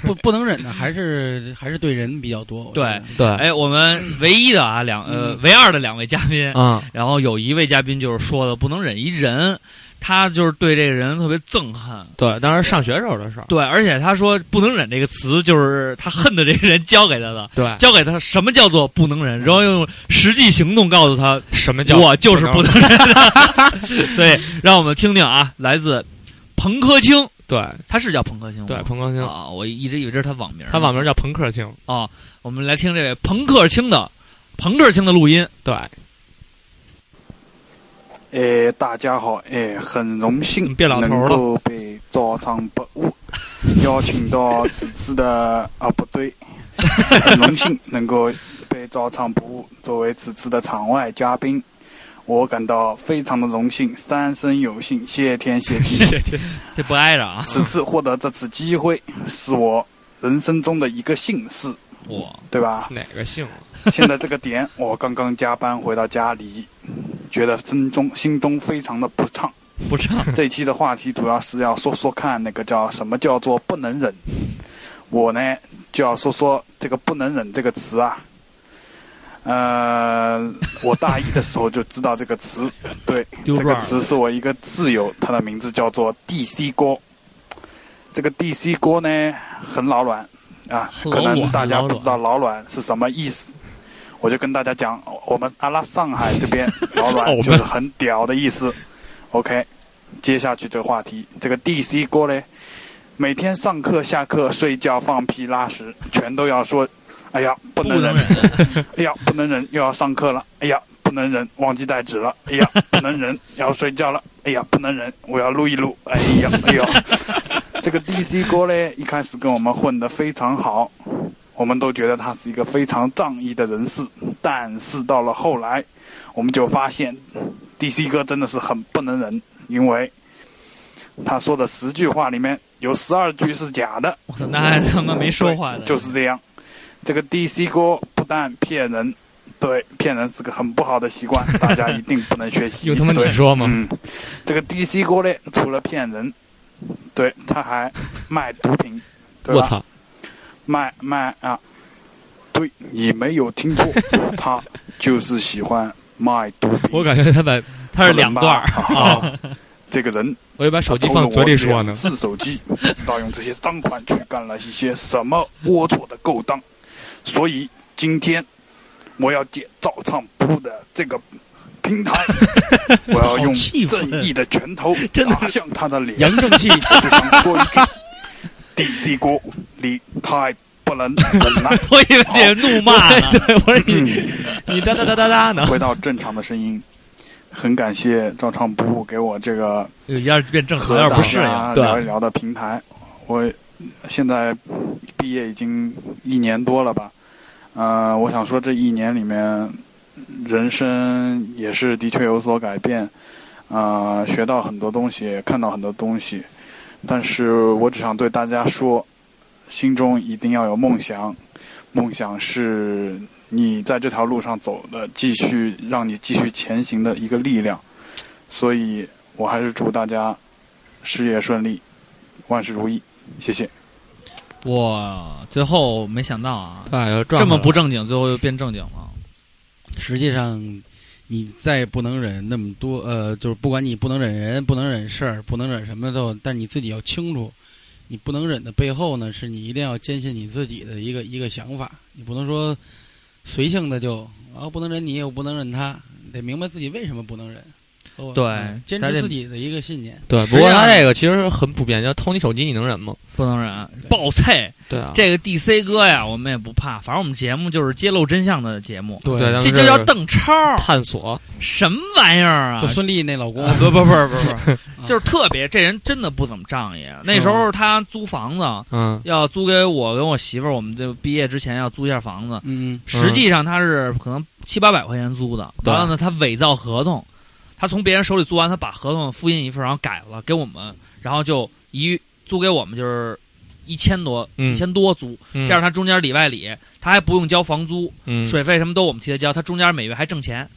D: 不不 [LAUGHS] 能忍的还是还是对人比较多。我觉得
B: 对，
C: 对，
B: 哎，我们唯一的啊两呃
D: 嗯
B: 唯二的两位嘉宾，
C: 啊，
B: 然后有一位嘉宾就是说的不能忍一人，他就是对这个人特别憎恨。
C: 对，当时上学时候的事儿。
B: 对，而且他说“不能忍”这个词，就是他恨的这个人教给他的，
C: 对，
B: 教给他什么叫做不能忍，然后用实际行动告诉他，
C: 什么叫
B: 我就是不能忍。 [LAUGHS] 所以，让我们听听啊，来自彭科清，
C: 对
B: 他是叫彭科清吗，
C: 对，彭克清，
B: 啊，我一直以为这是他网名，
C: 他网名叫彭克清。
B: 啊，我们来听这位彭克清的彭克清的录音，
C: 对，
G: 哎，大家好，哎，很荣幸
C: 嗯别老头
G: 能
C: 了
G: 够被照常不误邀请到此次的啊不
C: [LAUGHS]
G: 对，很荣幸能够被照常不误作为此次的场外嘉宾，我感到非常的荣幸，三生有幸，谢天谢
C: [LAUGHS]
G: 地。
B: 这不挨着
G: [LAUGHS]
B: 啊，
G: 此次获得这次机会是我人生中的一个幸事，
B: 我
G: 对吧？
C: [LAUGHS] 哪个姓？
G: [LAUGHS] 现在这个点，我刚刚加班回到家里，觉得心中心中非常的不畅。
B: 不唱，
G: 这一期的话题主要是要说说看那个叫什么叫做不能忍。我呢就要说说这个“不能忍”这个词啊。呃，我大一的时候就知道这个词，对，
C: 丢
G: 这
C: 段
G: 个
C: 儿
G: 词是我一个挚友，他的名字叫做 DC 锅。这个 DC 锅呢很老卵啊，
B: 老
G: 可能
B: 卵
G: 大家
C: 老
G: 不
C: 卵
G: 知道老卵是什么意思。我就跟大家讲，我们阿拉上海这
B: [LAUGHS]
G: 边老
C: 我
B: 哦
G: 卵
C: 们
G: 就是很屌的意思。OK，接下去这个话题，这个 DC 锅嘞，每天上课、下课、睡觉、放屁、拉屎，全都要说，哎呀，不
B: 不
G: 能忍
B: 能，忍，
G: [LAUGHS] 哎呀，不能忍，又要上课了，哎呀，不能忍，忘记带纸了，哎呀，不能忍，要睡觉了，哎呀，不能忍，我要录一录，哎呀，哎呦，这个 DC 哥嘞，一开始跟我们混得非常好，我们都觉得他是一个非常仗义的人士，但是到了后来，我们就发现 DC 哥真的是很不能忍，因为他说的十句话里面有十二句是假的，
B: 我操，那还他妈没说话的，
G: 就是这样。这个 DC 哥不但骗人，对，骗人是个很不好的习惯，大家一定不能学
B: [LAUGHS]
G: 习。
C: 又他妈
G: 对
C: 你说吗？
G: 嗯，这个 DC 哥嘞，除了骗人，对，他还卖毒
B: [LAUGHS]
G: 品，对
C: 我
G: 吧？
C: 操！
G: 卖卖啊，对你没有听
B: [LAUGHS]
G: 错，他就是喜欢卖毒品。
C: 我感觉他在，
B: 他是两段儿，
G: [LAUGHS]
B: 哦 [LAUGHS]
G: 啊，这个人
C: [LAUGHS] 我就把手机放嘴里说呢。
G: 是手机，不知道用这些赃款去干了一些什么龌龊的勾当，所以今天我要借照唱不误的这个平
C: [LAUGHS]
G: 台，我要用正义的拳头打向他的脸。
D: 杨正气，
G: 我只想说一句：DC 国，你太不能忍
C: [LAUGHS]
G: 了。
B: 我以为你是怒骂呢，对，我说你
C: 你哒哒哒哒哒呢？
G: 回到正常的声音，很感谢照唱不误给我这个
B: 一下变正常，
G: 和大
B: 有点
G: 家
B: 不适应，
G: 啊聊一聊的平台，我现在毕业已经一年多了吧，呃，我想说这一年里面，人生也是的确有所改变，啊、学到很多东西，也看到很多东西，但是我只想对大家说，心中一定要有梦想，梦想是你在这条路上走的，继续让你继续前行的一个力量，所以我还是祝大家事业顺利，万事如意，谢谢。
B: 哇，最后没想到啊，
C: 对，
B: 这么不正经，最后又变正经了。
D: 实际上你再不能忍那么多，呃，就是不管你不能忍人、不能忍事儿、不能忍什么都，但你自己要清楚，你不能忍的背后呢，是你一定要坚信你自己的一个一个想法，你不能说随性的就啊不能忍你，我不能忍他，你得明白自己为什么不能忍。哦
B: 对
D: 嗯坚
B: 咱
D: 持
B: 得
D: 自己的一个信念。
C: 对，
B: 实
C: 不
B: 际
C: 过
B: 上
C: 他这个其实很普遍，叫偷你手机，你能忍吗？
B: 不能忍，啊爆菜！
C: 对啊，
B: 这个 DC 哥呀，我们也不怕，反正我们节目就是揭露真相的节目，
D: 对
C: 对，咱们
B: 这就叫
C: 是
B: 邓超，
C: 探索。
B: 什么玩意儿啊？
D: 就孙俪那老
C: [LAUGHS]
D: 公，
B: 啊不不不不
D: [LAUGHS]
B: 不，就是特别，这人真的不怎么仗义。啊那时
D: 嗯
B: 候他租房子，
C: 嗯，
B: 要租给我跟我媳妇儿，我们就毕业之前要租一下房子。
D: 嗯，
B: 实际上他是可能七八百块钱租的，
C: 对
B: 完了呢，他伪造合同，他从别人手里租完，他把合同复印一份，然后改了给我们，然后就一租给我们就是一千多，
C: 嗯
B: 一千多租，
C: 这
D: 嗯
B: 这样他中间里外里他还不用交房租、
C: 嗯
B: 水费什么都我们替他交，他中间每月还挣钱，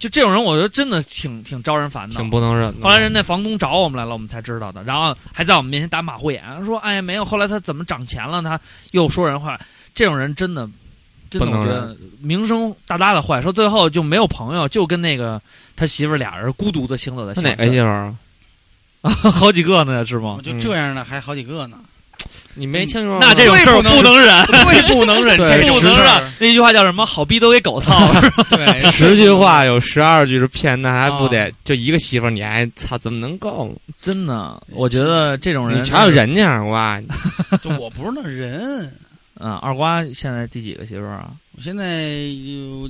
B: 就这种人我觉得真的挺挺招人烦的，
C: 挺不能忍的。
B: 后来人家房东找我们来了，我们才知道的，然后还在我们面前打马虎眼，说：“哎呀，没有。”后来他怎么涨钱了？他又说人话，这种人真的，真的
C: 不能
B: 我觉得名声大大的坏，说 [LAUGHS] 最后就没有朋友，就跟那个他媳妇儿俩人孤独的行走在
C: 他
B: 乡
C: 哪个
B: 村
C: 媳妇儿啊？
B: 好几个呢是吗？
D: 就
C: 嗯
D: 这样呢，还好几个呢，
C: 你没听说过
B: 嗯那这种事儿不能忍，
D: 最不
B: [LAUGHS]
D: 能忍这
B: 不
D: 种事
B: 能
D: 儿
B: 啊忍。。那句话叫什么？好逼都给狗操了。
D: [LAUGHS]
B: [LAUGHS]
D: 对，
C: [LAUGHS] 十句话有十二句是骗，那还不
D: 啊
C: 得就一个媳妇儿，你还操怎么能够？
B: 真的，我觉得这种人，
C: 你瞧瞧人家二瓜，
D: 就我不是那人，
B: 嗯，二瓜现在第几个媳妇儿啊？
D: 我现在有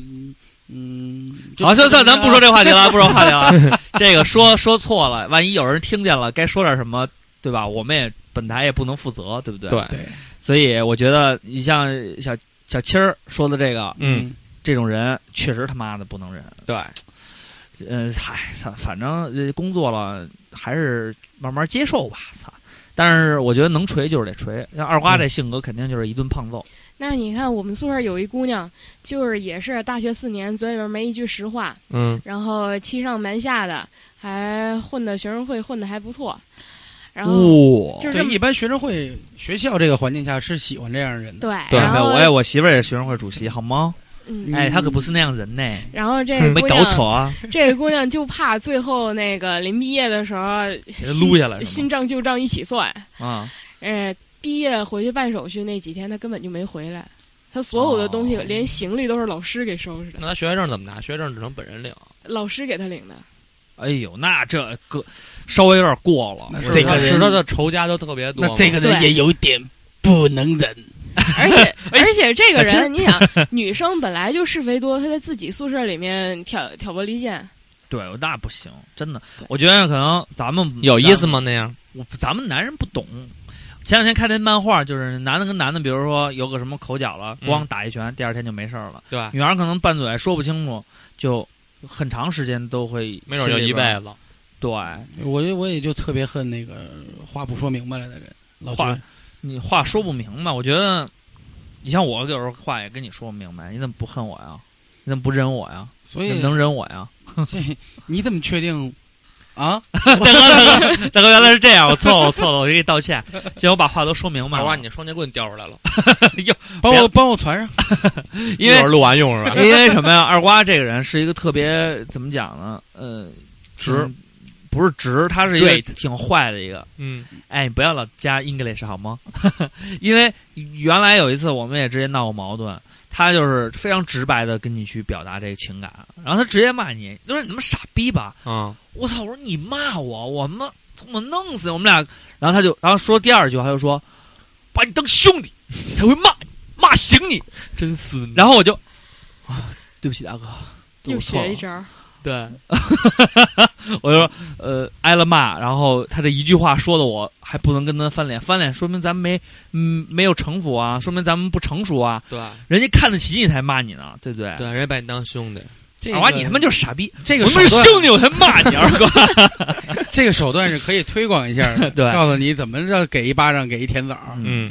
D: 嗯，就
B: 好，算算，咱不说这个话 [LAUGHS]
D: [LAUGHS]
B: 题了，不说话题了。这个说说错了，万一有人听见了，该说点什么，对吧？我们也本台也不能负责，对不对？
C: 对，
D: 对，
B: 所以我觉得，你像小小七儿说的这个，
C: 嗯，
B: 这种人确实他妈的不能忍。
C: 对，
B: 嗯，嗨，操，反正呃工作了还是慢慢接受吧，操。但是我觉得能锤就是得锤，像二
C: 嗯
B: 瓜这性格肯定就是一顿胖揍。
E: 那你看，我们宿舍有一姑娘，就是也是大学四年，嘴里边没一句实话，
C: 嗯，
E: 然后欺上瞒下的，还混的学生会混的还不错，然后
B: 哇
E: 就是
D: 对
E: 这，么
D: 一般学生会学校这个环境下是喜欢这样的人的。
E: 对，
B: 对，
E: 然
B: 没有
E: 后
B: 我也我媳妇儿也是学生会主席，好吗？
E: 嗯，
B: 哎，她可不是那样人呢，
E: 然后这个
B: 没
E: 姑
B: 搞
E: 娘，
B: 错啊，
E: [LAUGHS] 这个姑娘就怕最后那个临毕业的时候，
B: 给她撸下来是
E: 新账旧账一起算，
B: 吗？
H: 어.
B: 啊，
E: 呃，毕业回去办手续那几天，她根本就没回来，她所有的东西，
B: 哦
E: 连行李都是老师给收拾的，
C: 那他学位证怎么拿？学位证只能本人领。
E: 老师给她领的。
B: 哎呦，那这个稍微有点过了。
D: 那
B: 我
D: 是
B: 觉
D: 这
B: 得
D: 个人
C: 是他的仇家都特别多吗。
E: 对
D: 有点不能忍，
E: 而
C: [LAUGHS]
E: 且
B: 哎
E: 而且这个
B: 小
E: 人，你想，女生本来就是非多，她在自己宿舍里面挑挑拨离间，
B: 对，那不行，真的
E: 对，
B: 我觉得可能咱们
C: 有意思？吗？那样
B: 我咱们男人不懂。前两天看那漫画，就是男的跟男的，比如说有个什么口角了，
C: 嗯
B: 光打一拳，第二天就没事儿了。
C: 对吧？
B: 女孩可能拌嘴说不清楚，就很长时间都会
C: 没准就
B: 心里
C: 一
B: 边
C: 辈。子。
B: 对
D: 我就我也就特别恨那个话不说明白了的人，老
B: 话
D: 觉得
B: 你话说不明白，我觉得你像我有时候话也跟你说不明白，你怎么不恨我呀？你怎么不忍我呀？
D: 所
B: 你
D: 以
B: 怎么能忍我呀？
D: 这你怎么确定啊？
B: [LAUGHS] 大哥，大哥，大哥，原来是这样，我错了，我错了，我给你道 [LAUGHS] 歉。既然我把话都说明白
C: 二瓜，
B: 了
C: 你，这双
B: [LAUGHS]
C: 截棍掉出来了，
D: 帮我帮我传上，
B: 因
C: 一会
B: 为
C: 儿录完用是吧？
B: 因为什么呀？二瓜这个人是一个特别怎么讲呢？呃，
C: 直
B: 挺，不是直，他是一个
C: Straight
B: 挺坏的一个。
C: 嗯
B: 哎，你不要老加 English 好吗？ [LAUGHS] 因为原来有一次我们也直接闹过矛盾，他就是非常直白的跟你去表达这个情感，然后他直接骂你，就说你他妈傻逼吧！
C: 啊，
B: [LAUGHS] 我操！我说你骂我，我妈我弄死你我们俩。然后他就，然后说第二句话，他就说把你当兄弟才会骂你，骂醒你。
C: 真孙
B: 然后我就啊，对不起大哥，对
E: 又
B: 我错了
E: 学一招。
B: 对， [LAUGHS] 我就说呃挨了骂，然后他这一句话说的我还不能跟他翻脸，翻脸说明咱们没嗯没有城府啊，说明咱们不成熟啊，
C: 对
B: 人家看得起你才骂你呢，对不对？
C: 对，人家把你当兄弟，
D: 这
B: 二
D: 个
B: 娃你他妈就是傻逼，
D: 这个
B: 我
D: 手
B: 没有 [LAUGHS]
D: 段
B: 兄弟我才骂你二哥，
D: [LAUGHS] 这个手段是可以推广一下的，
B: [LAUGHS] 对。
D: 告诉你怎么叫给一巴掌，给一甜枣儿。
C: 嗯，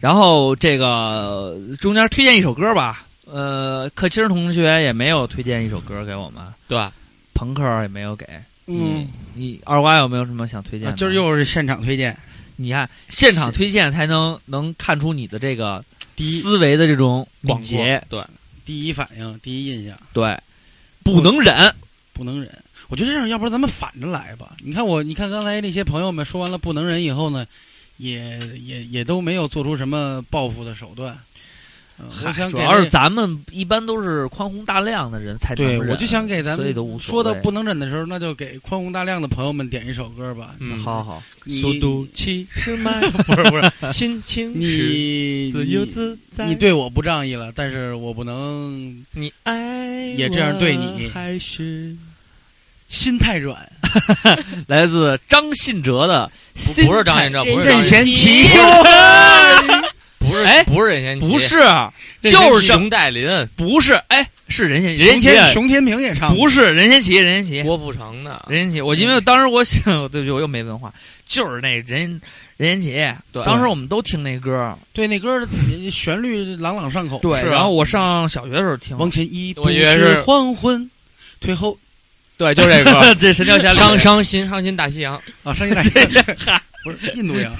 B: 然后这个中间推荐一首歌吧，呃，克钦同学也没有推荐一首歌给我们，
C: 对，
B: 朋克也没有给。
D: 嗯，
B: 你，你二瓜有没有什么想推荐
D: 啊
B: 的？
D: 今儿又是现场推荐，
B: 你看现场推荐才能能看出你的这个
D: 第一
B: 思维的这种敏
C: 广
B: 捷，
C: 对，
D: 第一反应、第一印象
B: 对，不能忍。
D: 不能忍。我觉得这样，要不然咱们反着来吧。你看我，你看刚才那些朋友们说完了不能忍以后呢，也也也都没有做出什么报复的手段。呃我
B: 嗨
D: 想
B: 主
D: 给
B: 要是
D: 那
B: 咱们一般都是宽宏大量的人才能
D: 对，
B: 忍
D: 我就想给咱
B: 所以都无
D: 们
B: 所
D: 说到
B: 谓
D: 不能忍的时候，那就给宽宏大量的朋友们点一首歌吧。
C: 嗯
B: 好好，
D: 你
C: 速度七十
D: [LAUGHS]
C: 迈，不是不是，心情是
D: 你
C: 自由自在。
D: 你对我不仗义了，但是我不能
C: 你爱
D: 也这样对你
C: 我还是
D: 心太软。
B: 来自张信哲的心态，
C: 不是张信哲，不是
E: 任
C: 张
E: 贤
C: 信
E: 齐，
C: 不是
B: 哎
C: 不是任贤齐，
B: 不是，啊
C: 任贤齐
B: 就是
C: 熊黛林、
B: 不是，哎，是任贤
D: 任
B: 任
D: 贤
B: [LAUGHS] 齐，
D: 熊天平也唱，
B: 不是任贤齐，任贤齐，
C: 郭富城的，
B: 任贤齐，我因为当时我想，对不起，我又没文化，就是那任任贤齐。
C: 对
B: 当时我们都听那歌，
D: 对那歌儿旋律朗朗上口。
B: 对。
C: 是啊
B: 然后我上小学的时候听，
D: 往前一步
C: 我以为是
D: 黄昏，退后
C: 对，就
D: [LAUGHS]
C: 这歌。
B: 这《
C: [LAUGHS]
B: 神雕侠侣》
C: 伤伤心，伤心大西洋。
D: 啊，上一代
C: [LAUGHS]
D: 不是印度
B: [LAUGHS]
D: 洋，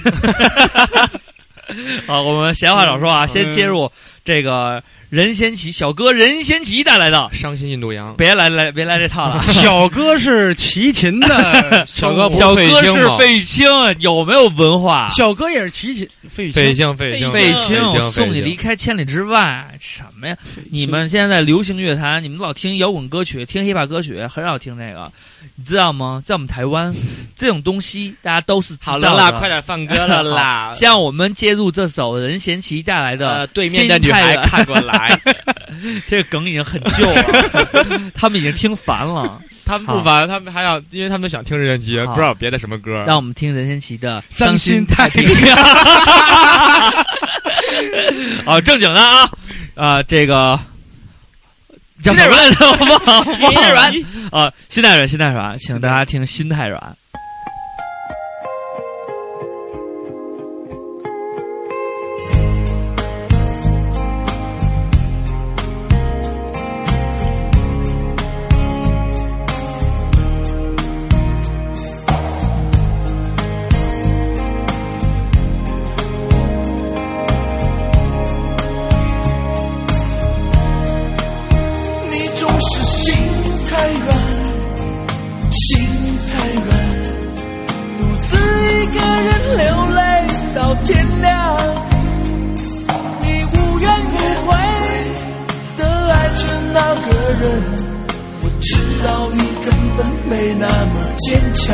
B: 啊，我们闲话少说啊，
D: 嗯。
B: 先接入这个任贤齐小哥任贤齐带来的，
C: 伤心印度洋，
B: 别来来别来这套了
D: 小哥是齐秦
C: [LAUGHS]
D: 的，小哥不
B: 小
C: 费
B: 哥
C: 青
B: 是
C: 吗
B: 费青，有没有文化？
D: 小哥也是齐秦，费玉
C: 费
D: 清，
C: 庆费庆
B: 费
E: 费
B: 青，
C: 费
B: 我
C: 庆
B: 送你离开千里之外，什么呀？你们现在流行乐坛，你们老听摇滚歌曲，听 hiphop 歌曲，很少听这个，你知道吗？在我们台湾，这种东西大家都是知
C: 好
B: 道
C: 了
B: 的。
C: 啦，快。点放歌了啦
B: 像我们介入这首任贤齐带来的
C: 呃，
B: 《
C: 对面的女孩看过来，
B: [LAUGHS] 这个梗已经很旧
C: [LAUGHS]
B: 了，他们已经听烦了。
C: 他们不烦，他们还要，因为他们想听任贤齐，不知道别的什么歌。
B: 让我们听任贤齐的《
D: 伤心太平
B: [LAUGHS] 洋》。啊，正经的啊，啊，这个叫什么来 [LAUGHS] 着？我忘了，忘了。啊，心太软，心太软，请大家听《心太软》。
I: 你总是心太软，心太软，独自一个人流泪到天亮。你无怨无悔的爱着那个人，我知道你根本没那么坚强。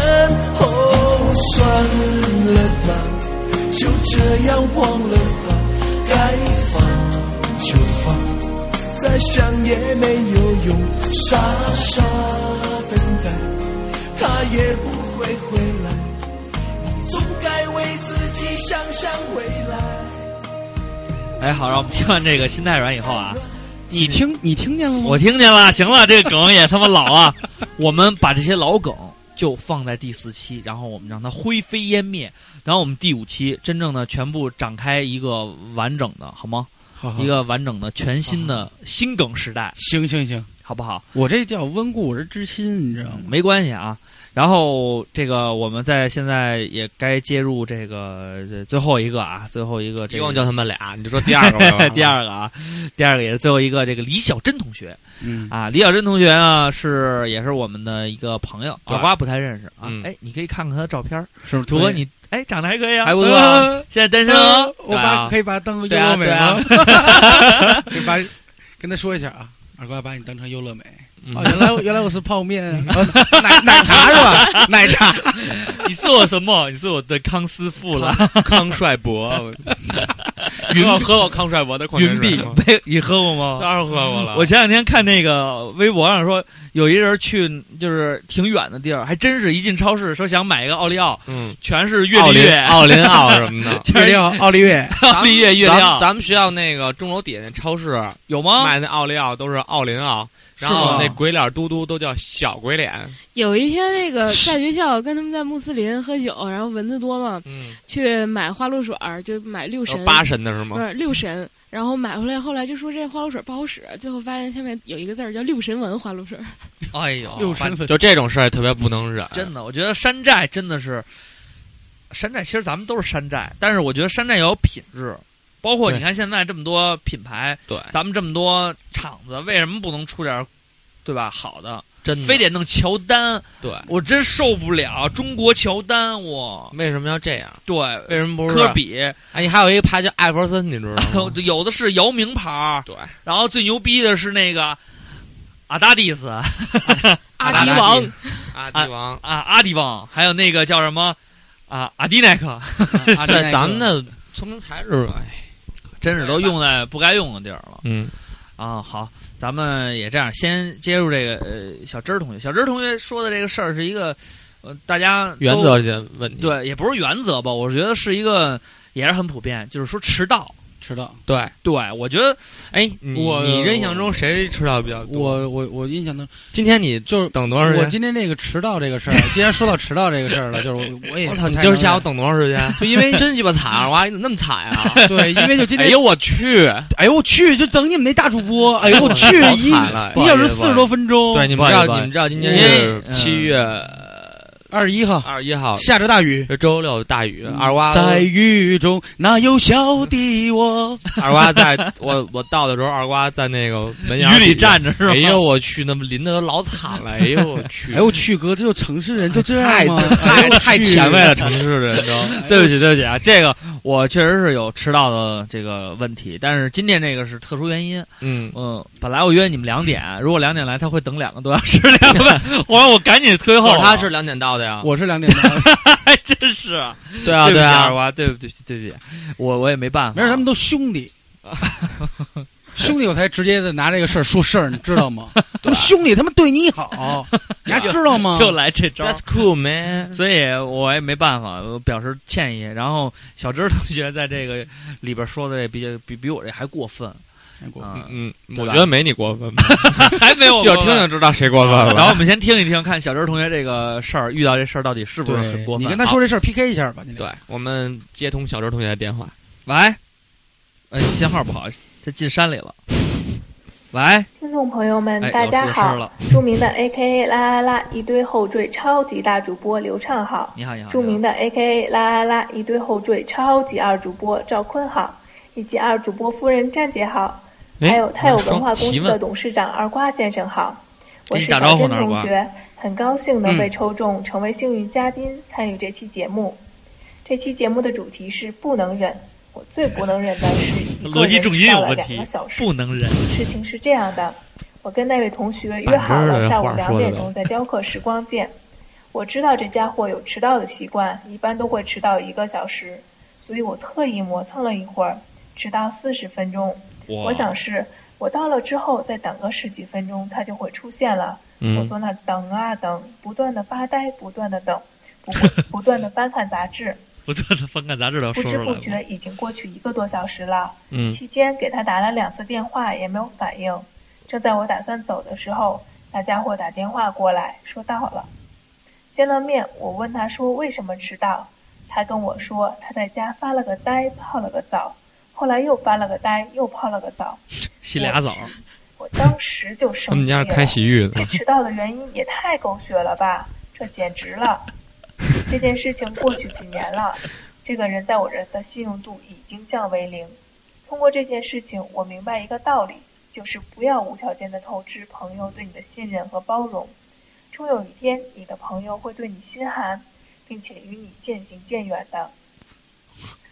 I: 哦，算了吧，就这样忘了吧，该放就放，再想也没有用，傻傻等待，他也不会回来。你总该为自己想想未来。
B: 哎，好，让我们听完这个《心太软》以后啊，
D: 你听你听见了吗？
B: 我听见了，行了，这个梗也他妈老啊。 [LAUGHS] 我们把这些老梗就放在第四期，然后我们让它灰飞烟灭，然后我们第五期真正的全部展开一个完整的，好吗？
D: 好好
B: 一个完整的、全新的新梗时代，
D: 行行行，
B: 好不好？
D: 我这叫温故而知新，你知道吗？
B: 没关系啊。然后这个我们在现在也该接入这个这最后一个啊，最后一个这
C: [LAUGHS] 一
B: 个
C: 共就他们俩，你就说第二个，
B: [LAUGHS] 第，二个啊，第二个也是最后一个这个李小珍同学。
D: 嗯，
B: 啊，李小珍同学呢是也是我们的一个朋友，
C: 对
B: 小瓜不太认识啊。
C: 嗯
B: 哎，你可以看看他的照片儿，
D: 是不是
B: 图哥你哎长得还可以啊，
C: 还不错啊
B: 嗯 [LAUGHS] 现在单身
D: 呃
B: 哦，
D: 我
B: 对
D: 把
B: 啊
D: 可以把他当做优
C: 对啊
D: 乐美
C: 对啊
D: 吗？ [LAUGHS] 可以把跟他说一下啊，二瓜把你当成优乐美。
C: 嗯
D: 哦，原来
C: [LAUGHS]
D: 原来我是泡面，
B: 嗯
D: 哦奶 [LAUGHS] 奶茶是
B: [LAUGHS]
D: 吧？奶茶，
B: 你是我什么？你是我的康师傅了，
C: 康帅
B: [LAUGHS]
C: 博，云喝 [LAUGHS] 过康帅博的矿泉
B: 云
C: 水
B: 碧
C: 吗？，
B: 没你喝过吗？
C: 当然喝
B: [LAUGHS]
C: 过了。
B: 嗯我前两天看那个微博上说，有一人去就是挺远的地儿，还真是一进超市说想买一个奥利奥，
C: 嗯，
B: 全是月
C: 奥
B: 历
C: 林
B: 月，。
C: 奥林奥什么的 [LAUGHS]
B: 全
D: 月
B: 是
D: 亮奥利月，
B: 奥利月月
C: 咱
B: 亮
C: 们，咱们学校那个钟楼底下那超市
B: 有吗？
C: 卖那奥利奥都是奥林奥，
B: 是
C: 然后
B: 吗
C: 那鬼脸嘟嘟都叫小鬼脸。
E: 有一天那个在学校跟他们在穆斯林喝酒，然后蚊子多嘛，
C: 嗯，呃
E: 去买花露水儿，就买六神，
C: 八神的是
E: 不
C: 吗？
E: 是六神。然后买回来，后来就说这花露水不好使，最后发现下面有一个字儿叫“六神丸”花露水儿。
B: 哎呦，
D: 又
B: 把
D: 身份
C: 哦就这种事儿特别不能忍。
B: 真的，我觉得山寨真的是，山寨其实咱们都是山寨，但是我觉得山寨要有品质。包括
D: 对
B: 你看现在这么多品牌，
C: 对
B: 咱们这么多厂子，为什么不能出点儿，对吧？好的，
C: 真的
B: 非得弄乔丹，
C: 对。
B: 我真受不了中国乔丹，我
C: 为什么要这样？
B: 对
C: 为什么不是
B: 科？比，？
C: 哎，你还有一个牌叫艾弗森，你知道吗
B: 有的是姚明牌儿
C: 对，
B: 然后最牛逼的是那个阿达迪
C: [LAUGHS]
B: 斯啊，
E: 阿迪王，
C: 阿迪王。
B: 阿迪旺，还有那个叫什么啊阿迪耐克， [LAUGHS]
C: [LAUGHS]
D: 啊
C: 对，咱们的聪明才智吧。哎
B: 真是都用在不该用的地儿了
C: 嗯，
B: 啊！好，咱们也这样，先接入这个呃小芝儿同学，小芝儿同学说的这个事儿是一个呃大家都
C: 原则性问题。
B: 对，也不是原则吧，我觉得是一个也是很普遍，就是说迟到。
D: 迟到。
C: 对，
B: 对，我觉得
C: 哎，
B: 嗯
C: 你
D: 我
C: 你印象中谁迟到比较多？
D: 我我我印象当中，
C: 今天你
D: 就是
C: 等多长
D: 我
C: 时间？
D: 今天这个迟到这个事儿，既然说到迟到这个事儿了，就是我我也
C: 我操，
D: 不
C: 你
D: 太
C: 今儿
D: 能
C: 下午
D: 忍
C: 等多长时间？ [LAUGHS] 就因为真鸡巴惨，二娃你怎么那么惨啊？
D: [LAUGHS] 对，因为就今
C: 哎
D: 天
C: 呦我去！
D: 哎呦我去，就等你们那大主播，哎呦我去
C: 好
D: 一
C: 惨了
D: 一小时四十多分钟，
C: 对，你
B: 不
C: 们
B: 好
C: 知
B: 意思
C: 道
B: 不好意思
C: 你们知道今天
B: 因为
C: 是
B: 嗯
C: 七月
D: 二十一号
C: 二十一号，
D: 下着大雨，嗯
C: 这周六大雨，二娃
D: 在雨中哪有小的我？
C: 嗯二瓜在我我到的时候，二瓜在那个门
B: 雨
C: 牙
B: 里站着是吧？
C: 哎呦我去，那么淋的都老惨了，哎
D: [LAUGHS]
C: 呦我去，
D: 哎呦我去，哥，这就城市人就这样
C: 太
D: 吗？哎
C: 太太前卫了，城市人
B: [LAUGHS]
C: 都。
B: 对不起，对不起啊，这个我确实是有迟到的这个问题，但是今天这个是特殊原因。
C: 嗯，
B: 嗯，本来我约你们两点，如果两点来，他会等两个多小时，两个半， [LAUGHS] 我让我赶紧推后
C: 或
B: 啊。
C: 者他是两点到的呀？
D: 我是两点到，
B: 还真是啊，
C: 对
B: [LAUGHS]
C: 啊
B: 对不起二
C: 啊，
B: 娃，对不起，对不起，我我也没办法。
D: 没事，他们都兄弟。兄弟，我才直接的拿这个事儿说事儿，你知道
C: [LAUGHS]
D: 吗？他们兄弟，他们对你好，
B: [LAUGHS]
D: 你还知道吗？
B: 又来这招儿
C: That's，cool man。
B: 所以我也没办法，我表示歉意。然后小芝同学在这个里边说的也比较比比我这还过分啊，
C: 嗯，
B: 对
C: 我
B: 吧
C: 觉得没你过分吧，
B: [LAUGHS] 还没我
C: 一会儿听听知道谁过分了。
B: [LAUGHS] 然后我们先听一听，看小周同学这个事儿，遇到这事儿到底是不是很
D: 对，
B: 过分？
D: 哎你跟他
B: 好，
D: 说这事儿 PK 一下吧，你俩
C: 对，我们接通小周同学的电话。
B: 喂，哎，信号不好，这进山里了。喂，
J: 听众朋友们
B: 哎，，
J: 大家
B: 有出声
J: 好！
B: 了，
J: 著名的 A.K.A 啦啦啦一堆后缀超级大主播刘畅好，
B: 你好，你好，
J: 著名
B: 的
J: 的 A.K.A 啦啦啦一堆后缀超级二主播赵坤好，以及二主播夫人站姐好，
C: 哎
J: 还有太有文化
C: 说
J: 公
C: 提
J: 司
C: 问
J: 的董事长二瓜先生好。我
B: 给你
J: 是
B: 打
J: 小
B: 招呼
J: 珍
B: 呢二
J: 同
B: 瓜
J: 学，很高兴能被
B: 嗯
J: 抽中成为幸运嘉宾，参与这期节目。这期节目的主题是不能忍，我最不能忍的是一个
B: 逻辑
J: 人
B: 重音
J: 迟
B: 有
J: 到了
B: 问
J: 两
B: 题
J: 个小，时
B: 不能忍。
J: 事情是这样的，我跟那位同学约好
C: 板正
J: 了
C: 的
J: 下午
C: 话
J: 两
C: 说的
J: 点钟在雕刻时光见。我知道这家伙有迟到的习惯，一般都会迟到一个小时，所以我特意磨蹭了一会儿，迟到四十分钟。我想是我到了之后再等个十几分钟，他就会出现了。我
C: 嗯，
J: 坐那儿等啊等，不断的发呆，不断的等，不不断的翻看杂志，
B: [LAUGHS] 不断的翻看杂志都
J: 不
B: 说
J: 知
B: 出
J: 不
B: 来了。
J: 觉已经过去一个多小时了。
C: 嗯，
J: 期间给他打了两次电话也没有反应。正在我打算走的时候，那家伙打电话过来说到了。见了面，我问他说为什么迟到，他跟我说他在家发了个呆，泡了个澡，后来又发了个呆，又泡了个澡。
B: 洗俩澡，
J: 我当时就
C: 他
J: 生
C: 们
J: 气
C: 家
J: 了
C: 是。开洗浴的
J: 这。迟到的原因也太狗血了吧！这简直
C: [LAUGHS]
J: 了！这件事情过去几年了，这个人在我这的信用度已经降为零。通过这件事情，我明白一个道理，就是不要无条件的透支朋友对你的信任和包容。终有一天，你的朋友会对你心寒，并且与你渐行渐远的。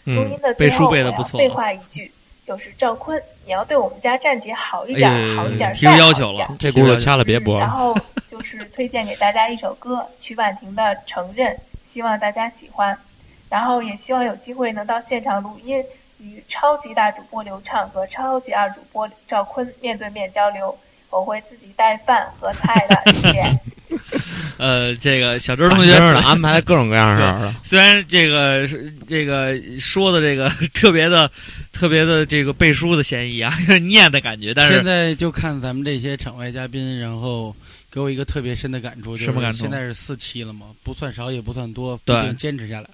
J: 录音
C: 嗯，
J: 的
B: 背
J: 最
B: 书
J: 后，我
B: 背得
J: 要
B: 不错
J: 废话一句，就是赵坤，你要对我们家站姐好一
B: 哎
J: 点
B: 呀
J: 儿，好一点儿，
B: 提出
J: 再
B: 要
J: 好
B: 求
J: 一点儿
B: 了。
C: [LAUGHS] 这轱辘掐了别
J: 嗯
C: 播
J: 然。后就是推荐给大家一首歌，曲婉婷的《承认》，希望大家喜欢。然后也希望有机会能到现场录音，与超级大主播刘畅和超级二主播赵坤面对面交流。我会自己带饭和菜的，谢谢。
B: [LAUGHS] 呃，这个小周
C: 反
B: 同
C: 正
B: 学
C: 是安排各种各样的事儿了。
B: 虽然这个是这个说的这个 [LAUGHS] 特别的特别的这个背书的嫌
C: [LAUGHS]
B: 疑啊，有点念的感觉，但
D: 现
B: 是
D: 在就看咱们这些场外嘉宾，然后给我一个特别深的感触，就是
B: 什么感触
D: 现在是四期了嘛，不算少也不算多，
B: 对
D: 毕竟坚持下来了。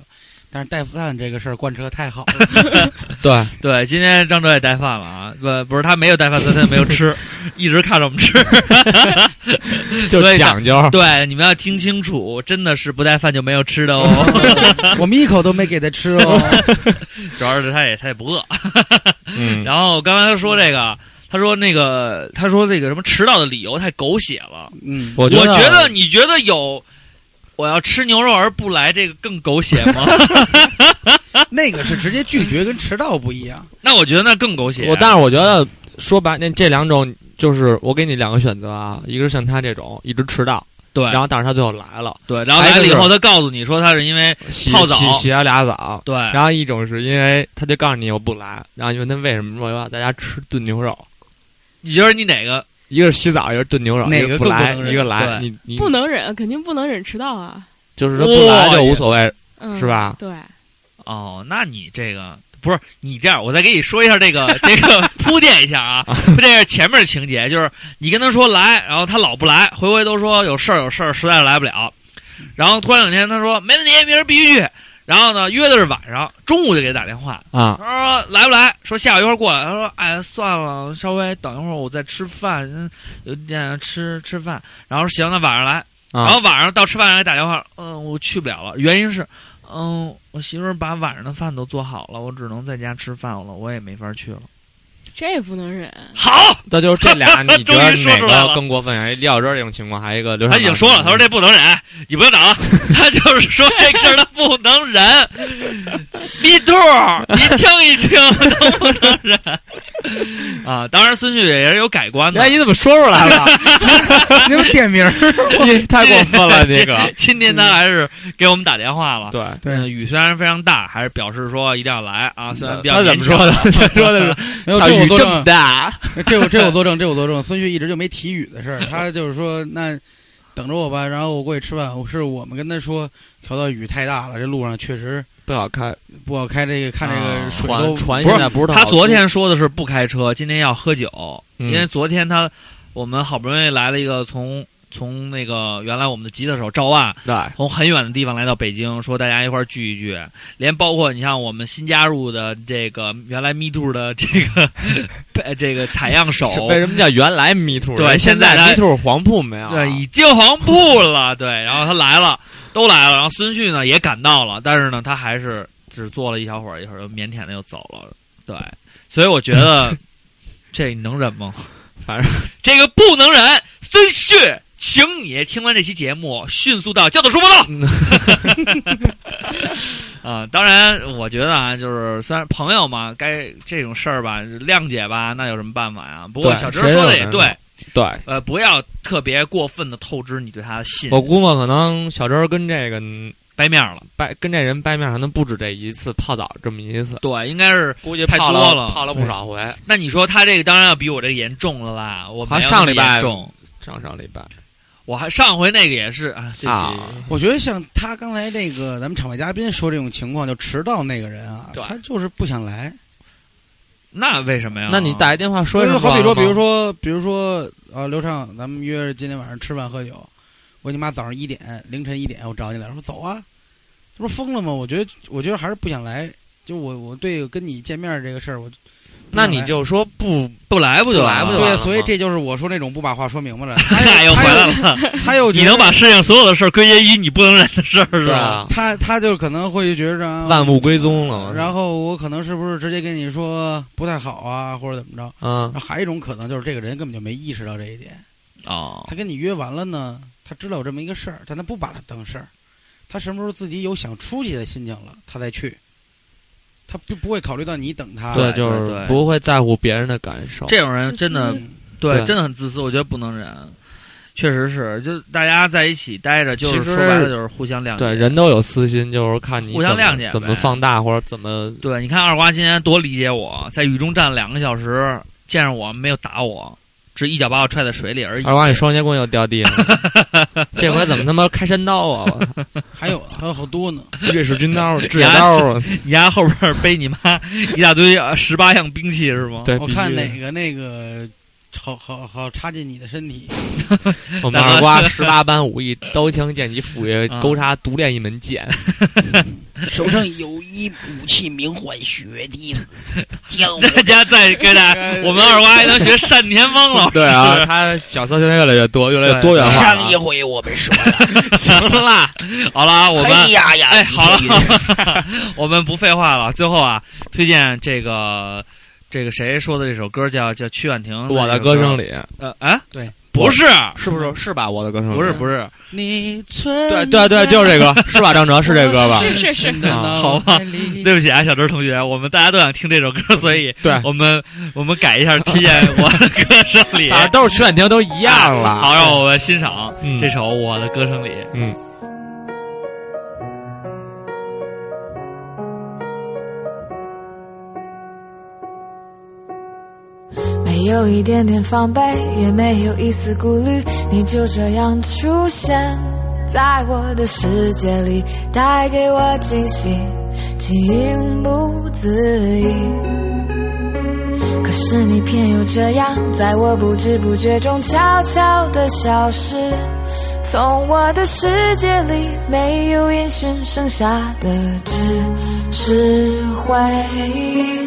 D: 但是带饭这个事儿贯彻太好了，
C: 对，
B: [LAUGHS] 对今天张哲也带饭了啊，不不是他没有带饭，所以他也没有吃， [LAUGHS] 一直看着我们吃。所
C: [LAUGHS] 就
B: 以
C: 讲究。
B: 对，你们要听清楚，真的是不带饭就没有吃的哦。
C: [LAUGHS]
D: 我们一口都没给他吃哦。
B: 主要是他也他也不饿。
C: 嗯，
B: [LAUGHS] 然后刚才他说这个，他说那个，他说那个什么迟到的理由太狗血了。
D: 嗯，
C: 我
B: 我
C: 觉
B: 得你觉得有我要吃牛肉而不来这个更狗血吗？
D: [LAUGHS] 那个是直接拒绝，跟迟到不一样。
B: 那我觉得那更狗血。啊
C: 我但是我觉得说白，那这两种就是我给你两个选择啊，一个是像他这种一直迟到，
B: 对，
C: 然后但是他最后来了，
B: [LAUGHS] 对，然后
C: 还
B: 来了以
C: 就是
B: 后，他告诉你说他是因为
C: 洗
B: 泡澡
C: 洗洗了俩澡。
B: 对，
C: 然后一种是因为他就告诉你我不来，然后你问他为什么说要在家吃炖牛肉，
B: 你觉得你哪个？
C: 一个是洗澡，一个是炖牛肉，
D: 哪
C: 一
D: 个更
C: 不
D: 不
C: 来，
D: 能忍
C: 一个来，
B: 对
C: 你你
E: 不能忍，肯定不能忍迟到啊，
C: 就是说不来就无所谓，
E: 嗯，
C: 是吧
E: 对，
B: 哦，那你这个不是你这样，我再给你说一下这个这个铺垫一下啊，这是前面情节，就是你跟他说来，然后他老不来，回回都说有事儿有事儿，实在是来不了，然后突然有一天他说没问题，明儿必须去，然后呢约的是晚上，中午就给他打电话，
C: 啊，
B: 他说来不来？说下午一会儿过来。他说哎，算了，稍微等一会儿我再吃饭，嗯有点吃吃饭。然后说行，那晚上来。
C: 啊
B: 然后晚上到吃饭给打电话，嗯，我去不了了，原因是，嗯，我媳妇儿把晚上的饭都做好了，我只能在家吃饭了，我也没法去了。
E: 这也不能忍。
B: 好，
C: 那就是这俩，你觉
B: [LAUGHS] 终
C: 得
B: 于说
C: 哪
B: 出来了
C: 个更过分？哎，李小珍这种情况，还有一个刘嗯
B: 他
C: 禅
B: 已经说了，他说这不能忍，你不用找了。他就是说这个事儿他不能忍。Me too，你听一听，能不能忍？啊，当然孙旭也是有改观的
C: 哎，。你怎么说出来了？
D: [LAUGHS]
C: [LAUGHS]
D: 你们点名儿，
C: 你 [LAUGHS] 太过分了，这个。
B: 今天他还是给我们打电话了。
C: 对，
B: 嗯，雨虽然非常大，还是表示说一定要来啊。虽然比较
C: 嗯他呃 [LAUGHS] 怎么说
B: 勉
C: 的？
B: 强？
C: 他说的是
D: [LAUGHS] 没有
C: 操
D: 这我
C: 雨
D: 作
C: 这么
D: 证，
C: 大，
D: [LAUGHS] 这我这我作证，这我作证。孙旭一直就没提雨的事儿，他就是说那等着我吧，然后我过去吃饭。我是我们跟他说，调到雨太大了，这路上确实
C: 不好开。啊
D: 不好开，这个看这个水
C: 船
D: 都
C: 船
B: 不是
C: 呃现在不是特好
B: 他昨天说的是不开车，今天要喝酒，
C: 嗯
B: 因为昨天他我们好不容易来了一个从从那个原来我们的吉他手赵万
C: 对，
B: 从很远的地方来到北京，说大家一块儿聚一聚，连包括你像我们新加入的这个原来 Me Too 的这个 [LAUGHS] 被这个采样手，
C: 是为什么叫原来 Me Too？
B: 对
C: 现
B: 现在
C: Me Too 黄铺没有啊？
B: 对，已经黄铺了。对，然后他来了，都来了。然后孙旭呢也赶到了，但是呢，他还是只坐了一小会儿，一会儿又腼腆的又走了。对，所以我觉得这你能忍吗？
C: [LAUGHS]
B: [LAUGHS]
C: 反正
B: 这个不能忍。孙旭，请你听完这期节目，迅速到教导书报道。
C: 嗯
B: [LAUGHS] 啊、当然，我觉得啊，就是虽然朋友嘛，该这种事儿吧，谅解吧，那有什么办法呀？不过
C: 对
B: 小哲
C: 谁
B: 说
C: 有
B: 的也
C: 能
B: 对，
C: 对，
B: 呃，不要特别过分的透支你对他的信任
C: 我估摸可能小周跟这个嗯
B: 掰面了。
C: 掰跟这人掰面，可能不止这一次泡澡这么一次，
B: 对，应该是。
C: 估计
B: 太
C: 泡
B: 多了嗯
C: 泡了不少回。
B: 那你说他这个当然要比我这个严重了啦。我
C: 好
B: 没有
C: 上
B: 那么
C: 礼拜
B: 严重，
C: 上上礼拜
B: 我还上回那个也是啊。这
C: 啊，
D: 我觉得像他刚才这个咱们场外嘉宾说这种情况，就迟到那个人啊，
C: 对
D: 他就是不想来。
B: 那为什么呀？
C: 那你打一电话说一
D: 嗯就是
C: 声
D: 好比
C: 不
D: 说，
C: 啊完了吗
D: 比如说，比如说，啊，刘畅，咱们约着今天晚上吃饭喝酒。我你妈早上一点，凌晨一点，我找你来，说走啊，这不是疯了吗？我觉得，我觉得还是不想来。就我，我对跟你见面这个事儿，我不
C: 那
D: 想来
C: 你就说不
B: 不来不就
C: 不来不就完
D: 对
C: 了
D: 啊，
C: 吗
D: 所以这就是我说那种不把话说明白
C: [LAUGHS]
D: 了。他
B: 哎
D: 又
B: 又回
D: 他
B: 来
D: 又
B: 了。
D: 他又觉
B: 你
D: 得
B: 能把世界上所有的事儿归结于你不能忍的事儿是
C: 是
B: 吧？
C: 吧？
D: 他他就可能会觉着啊
C: 啊万物归宗了。
D: 然后我可能是不是直接跟你说不太好啊，或者怎么着？
C: 嗯
D: 然后还有一种可能就是这个人根本就没意识到这一点，
B: 哦，
D: 他跟你约完了呢，他知道有这么一个事儿，但他不把它当事儿。他什么时候自己有想出去的心情了，他再去，他不不会考虑到你等他。
B: 对
C: 就
B: 对对
C: 是不会在乎别人的感受。
B: 这种人真的
E: 自私
B: 对
C: 啊对
B: 真的很自私，我觉得不能忍。确实是，就大家在一起待着，就
C: 其
B: 是
C: 实
B: 说白了就是互相谅解。
C: 对，人都有私心，就是看你
B: 互相
C: 怎么
B: 谅解
C: 怎
B: 呗
C: 么放大或者怎么
B: 对，你看二瓜今天多理解我，在雨中站了两个小时，见着我没有打我，只一脚把我踹在水里而已。
C: 二娃，你双截棍又掉地
B: [LAUGHS]
C: 上了，这回怎么他妈开山刀啊？我操
D: [LAUGHS] 还有还有好多
C: [LAUGHS]
D: 呢，
C: 瑞士军刀、指甲刀
B: [LAUGHS]
C: 啊，
B: 你家后边背你妈一大堆呃十八样兵器是吗？
C: 对，
D: 我
C: 必须
D: 看
C: 的
D: 哪个那个好好好插进你的身体，
C: [LAUGHS] 我
B: [LAUGHS]
C: 们二瓜十八般武艺，刀枪剑戟斧钺
B: 啊
C: 钩叉独练一
B: [LAUGHS]
C: 门剑，
D: 手上有一武器名唤雪滴
B: [LAUGHS]
D: 子，将我
B: 大家再给大家，
I: [LAUGHS]
D: [LAUGHS]
B: 我们二瓜还能学单田芳老师。
C: 对啊，他角色现在越来越多，越来越多元化
I: 上一
C: 了。
B: [LAUGHS]
I: 回我们说了，
B: 行了，好了
C: [LAUGHS]
B: 啊，我们
I: 哎呀呀，
B: 哎， [LAUGHS] 好了，我们不废话了。最后啊，推荐这个。这个谁说的这首歌叫叫曲婉婷，
C: 我的歌声，里，
B: 呃啊，
D: 对，
B: 不是
C: 是 [LAUGHS] 不是是吧？我的歌声里
B: 不是不是，
D: 你
C: 对
B: 嗯
D: 存
C: 对对，就是这个，是吧？张哲是这歌吧？
E: 是是是嗯
C: 啊
B: 好吧对
D: 对
B: 不起啊，小周同学，我们大家都想听这首歌，所以
C: 对
B: 我们我们改一下推荐我的歌
C: [LAUGHS]
B: 声里，
C: 反正都是曲婉婷，都一样了。
B: 哎好，让我们欣赏
C: 嗯
B: 这首《我的歌声里》。
C: 嗯。
H: 没有一点点防备，也没有一丝顾虑，你就这样出现在我的世界里，带给我惊喜，情不自已。可是你偏又这样，在我不知不觉中悄悄地消失，从我的世界里没有音讯，剩下的只是回忆。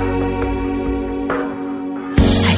H: 还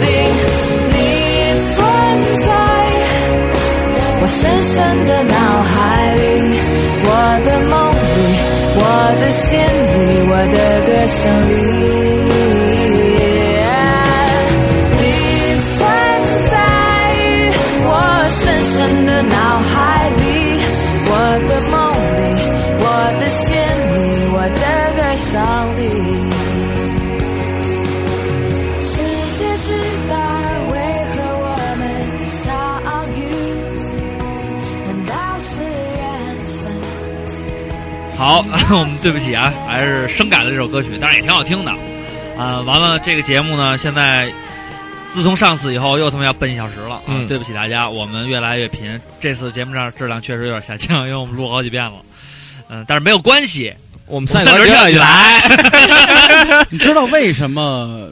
H: 定你存在我深深的脑海里，我的梦里，我的心里，我的歌声里。你存在我深深的脑海里，我的梦里，我的心里，我的歌声里。世界之大，为何我们相遇？难道是缘分？
B: 好， [LAUGHS] 我们对不起啊，还是生改了这首歌曲，但是也挺好听的。啊、完了，这个节目呢，现在自从上次以后又他妈要奔一小时了啊、
C: 嗯
B: 对不起大家，我们越来越贫，这次节目上质量确实有点下降，因为我们录好几遍了。嗯、但是没有关系，
C: 我们
B: 我
C: 三
B: 们三个
C: 个
B: 人
C: 跳起
D: [LAUGHS]
B: [LAUGHS]
C: 来，
D: 你知道为什么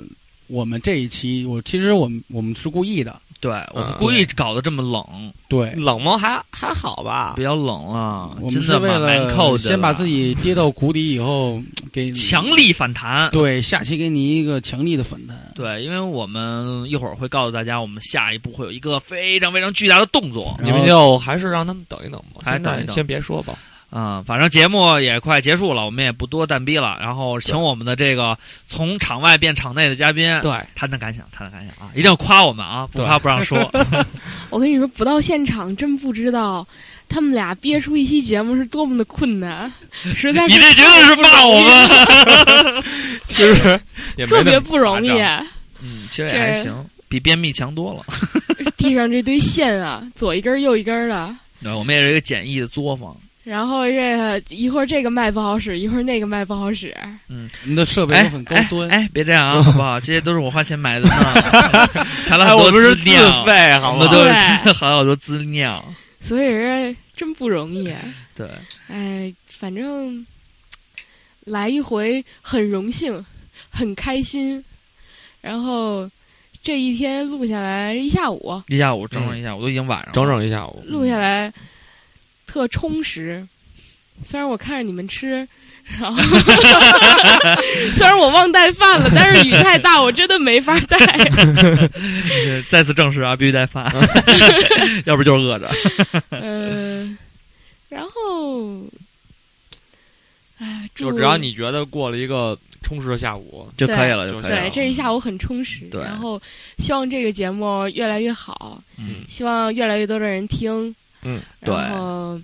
D: 我们这一期我其实我们我们是故意的，
B: 对我们故意搞得这么冷，
D: 对，
C: 冷吗？还还好吧
B: 比。较冷啊，
D: 我们
B: 真
D: 是
B: 的
D: 为
B: 蛮蛮扣
D: 了
B: 的。
D: 先把自己跌到谷底以
B: [LAUGHS]
D: 后给
B: 强力反弹，
D: 对下期给你一个强力的反弹，
B: 对，因为我们一会儿会告诉大家，我们下一步会有一个非常非常巨大的动作。
C: 你们就还是让他们等一等吧，
B: 还
C: 现在
B: 等一等
C: 先别说吧。
B: 嗯，反正节目也快结束了，我们也不多蛋逼了。然后请我们的这个从场外变场内的嘉宾
C: 对，
B: 谈谈感想，谈谈感想啊，一定要夸我们啊，不
C: 对
B: 夸不让说。 [LAUGHS]
E: 我跟你说，不到现场真不知道他们俩憋出一期节目是多么的困
B: [LAUGHS]
E: 难，实在
B: 你
E: 是
B: 这绝对是骂我们，
C: [LAUGHS] 其
B: [LAUGHS]
C: 实也没
E: 特别
C: 那么
E: 不容易。啊
B: 嗯，其实也还行，比便秘强多了。 [LAUGHS]
E: 地上这堆线啊，左一根儿右一根儿的，
B: 对，我们也是一个简易的作坊。
E: 然后这个一会儿这个麦不好使，一会儿那个麦不好使。
D: 我们的设备
B: 哎
D: 都很高端，
B: 哎，别这样
D: [LAUGHS]
B: 啊，好不好？这些都是我花钱买的呢，查了
C: 哎，
B: 很
C: 我
B: 多
C: 们是
B: 资
C: 自
B: 料，
C: 费，好
B: 我们？
C: 吗
B: 都是 [LAUGHS]
E: 对
B: 还有好多资料。 [LAUGHS]
E: 所以说真不容易。啊
B: 对，
E: 哎，反正来一回很荣幸，很开心。然后这一天录下来一下午，嗯
B: 一下午整整一下午，都已经晚上了
C: 嗯整整一下午，
E: 录下来特充实。虽然我看着你们吃，然后 [LAUGHS] 虽然我忘带饭了，但是雨太大，我真的没法带。
B: 呃再次证实啊，必须
D: [LAUGHS]
B: 带饭，要不就是饿着。
E: 嗯、然后，哎，
C: 就
E: 祝
C: 只要你觉得过了一个充实的下午，
B: 就可以了，就
C: 对
B: 可以了。
E: 对，这一下午很充实。
B: 对
E: 然后希望这个节目越来越好，
B: 嗯
E: 希望越来越多的人听，
C: 嗯，
B: 对
E: 然后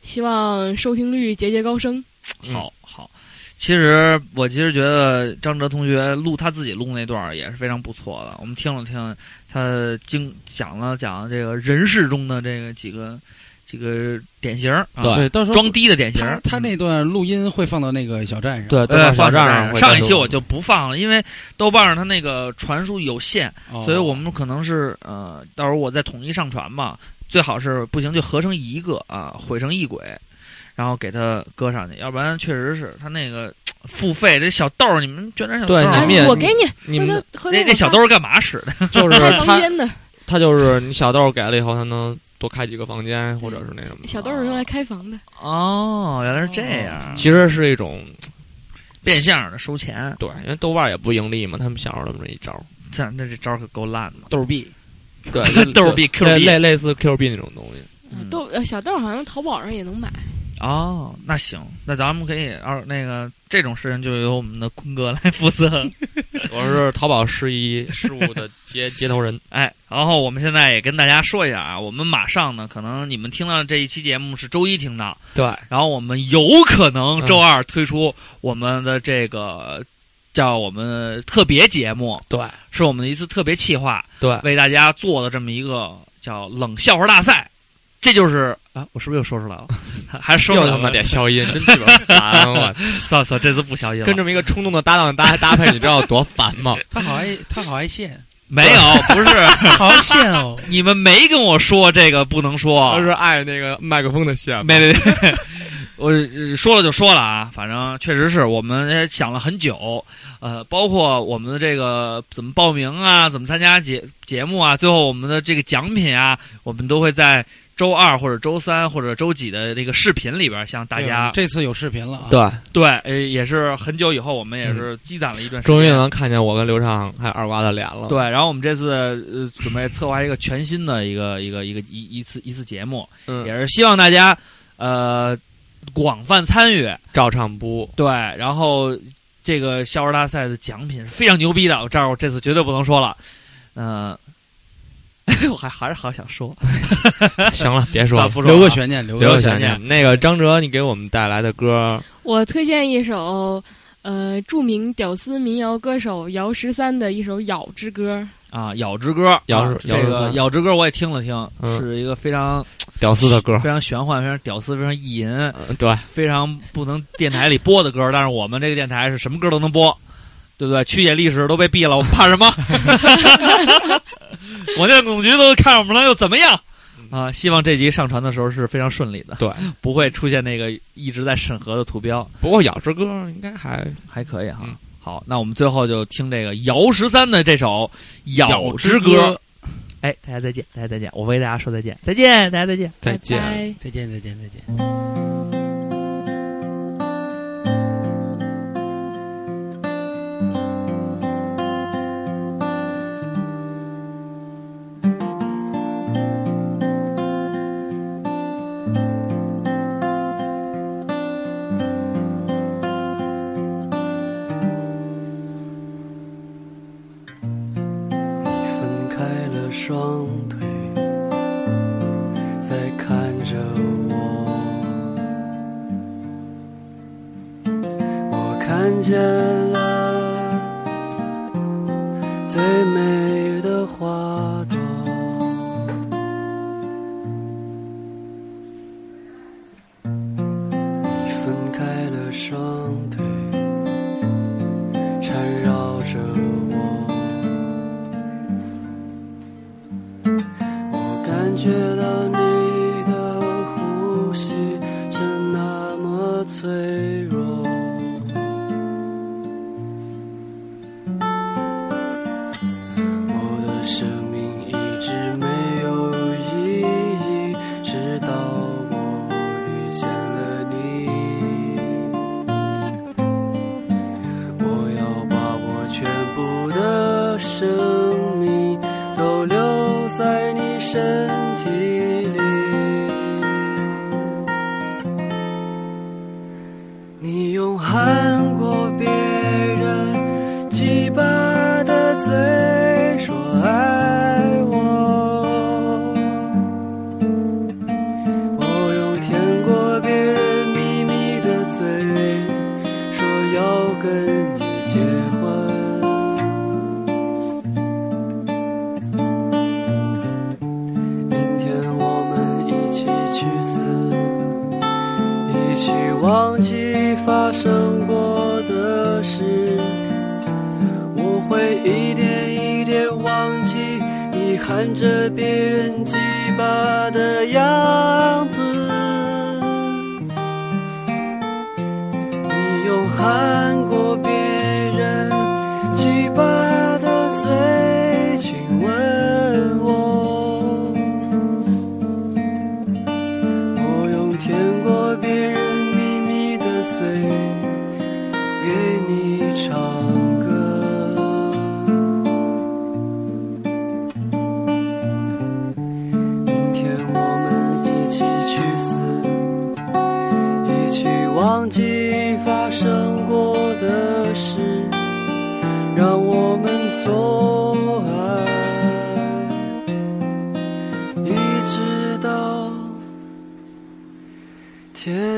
E: 希望收听率节节高升。
C: 嗯
B: 好好。其实我其实觉得张哲同学录他自己录那段儿也是非常不错的，我们听了听，他他经讲了讲了这个人世中的这个几个几个典型儿啊，
D: 对，到时候
B: 装逼的典型儿。
D: 他他那段录音会放到那个小站上。
C: 对，
B: 呃，
C: 小
B: 放
C: 站
B: 上
C: 会
B: 上一
C: 再
B: 期
C: 说
B: 我就不放了，因为豆瓣上它那个传输有限，
D: 哦，
B: 所以我们可能是呃，到时候我再统一上传吧，最好是不行就合成一个啊，毁成一轨，然后给它搁上去，要不然确实是它那个付费这小豆儿，你们捐点小豆
C: 对
E: 哎
C: 你们也
B: 儿。
E: 我给你，
C: 你
E: 回
C: 们
E: 头
C: 的
E: 回头
B: 那
E: 我
B: 那小
E: 发
B: 豆儿干嘛使的？ [LAUGHS]
C: 就是
E: 开房
C: 他
E: 间的，
B: 嗯
C: 他就是你小豆给了以后，他能多开几个房间，或者是那什么。
E: 小豆儿是用来开房的。
B: 哦，原来是这样，
C: 其实是一种
B: 变相的收钱，
C: 对，因为豆瓣也不盈利嘛，他们想出这么一
B: [LAUGHS]
C: 招儿，
B: 这样那这招儿可够烂的。，
D: 豆币，
C: [LAUGHS] 对
B: 豆儿币
C: 就
B: Q
C: 类
B: 币
C: 类类似 Q 币那种东西。
B: 嗯
E: 豆呃小豆儿好像淘宝上也能买，
B: 哦，那行，那咱们可以二那个这种事情就由我们的坤哥来负责。
C: [LAUGHS] 我是淘宝事宜事务的
B: [LAUGHS]
C: 接接头人，
B: 哎，然后我们现在也跟大家说一下啊，我们马上呢，可能你们听到这一期节目是周一听到，
C: 对，嗯
B: 然后我们有可能周二推出我们的这个叫我们特别节目，
C: 对
B: 是我们的一次特别企划，
C: 对，
B: 为大家做的这么一个叫冷笑话大赛。这就是啊，我是不是又说出来了？ [LAUGHS] 还是说出
C: 又
B: 来
C: 他妈
B: 了
C: 得
B: [LAUGHS]
C: 消音，真鸡巴烦我！
B: 算了算了，这次不小心了。
C: 跟这么一个冲动的搭档搭搭配，你知道有多烦吗？
D: 他好爱他好爱现，
B: 没有，不是
D: [LAUGHS] 好爱现哦。
B: 你们没跟我说这个不能说，
C: 他是爱那个麦克风的线，
B: 没没没， [LAUGHS] 我呃说了就说了啊，反正确实是我们也想了很久，呃，包括我们的这个怎么报名啊，怎么参加节节目啊，最后我们的这个奖品啊，我们都会在周二或者周三或者周几的这个视频里边向大
C: 嗯
B: 家
D: 对这次有视频了啊，
C: 对，
B: 对，呃，也是很久以后我们也是积攒了一段时间，
C: 终于能看见我跟刘畅还有二瓜的脸了。
B: 对，然后我们这次呃准备策划一个全新的一个一个一个一一次一次节目，也
C: 嗯，
B: 是希望大家呃广泛参与。
C: 照唱不
B: 对，然后这个校园大赛的奖品是非常牛逼的，我这儿我这次绝对不能说了。嗯、 [LAUGHS] 我还还是好想说， [LAUGHS]
C: [LAUGHS] 行了，别说
B: 算了
C: 了，
B: 不说了啊
D: 留个悬念，留
B: 留
D: 个
B: 个
D: 悬
B: 悬
C: 悬
B: 念
C: 念。那个张哲，你给我们带来的歌，
E: 我推荐一首呃著名屌丝民谣歌手姚十三的一首《咬之歌
B: 啊，咬之歌，
C: 咬
B: 啊
C: 之
B: 这
C: 咬之
B: 个
C: 歌
B: 咬之歌我也听了听，
C: 嗯
B: 是一个非常
C: 屌丝的歌
B: 非，常玄幻、非常屌丝、非常意淫、
C: 嗯对，
B: 非常不能电台里播的歌，但是我们这个电台是什么歌都能播，对不对？曲解历史都被毙了，我们怕什么？
C: [LAUGHS]
B: 我那总局都看我们了，又怎么样？啊，希望这集上传的时候是非常顺利的，
C: 嗯对，
B: 不会出现那个一直在审核的图标，
C: 不过咬之歌应该还
B: 还可以哈。
C: 嗯
B: 好，那我们最后就听这个姚十三的这首《咬之歌》。
D: 歌。
B: 哎，大家再见，大家再见，我为大家说再见，再见，大家再见。》，
C: 再见。
E: 拜拜
D: 再见，再见，再见。
K: 分开了双腿，在看着我。我看见了最美的花朵，你分开了双腿，缠绕着我。我感觉到你的呼吸是那么脆弱，我的生命一直没有意义，直到我遇见了你。我要把我全部的生命。都留在你身体里。你用handle 过别人鸡巴的嘴说爱我，我用舔过别人秘密的嘴说要跟你结婚。忘记发生过的事，我会一点一点忘记你看着别人鸡巴的样子。你有看过别人鸡巴的嘴，请问我，我用舔过别人秘密的嘴给你唱歌。明天我们一起去死，一起忘记发生过的事，让我们做爱，一直到。天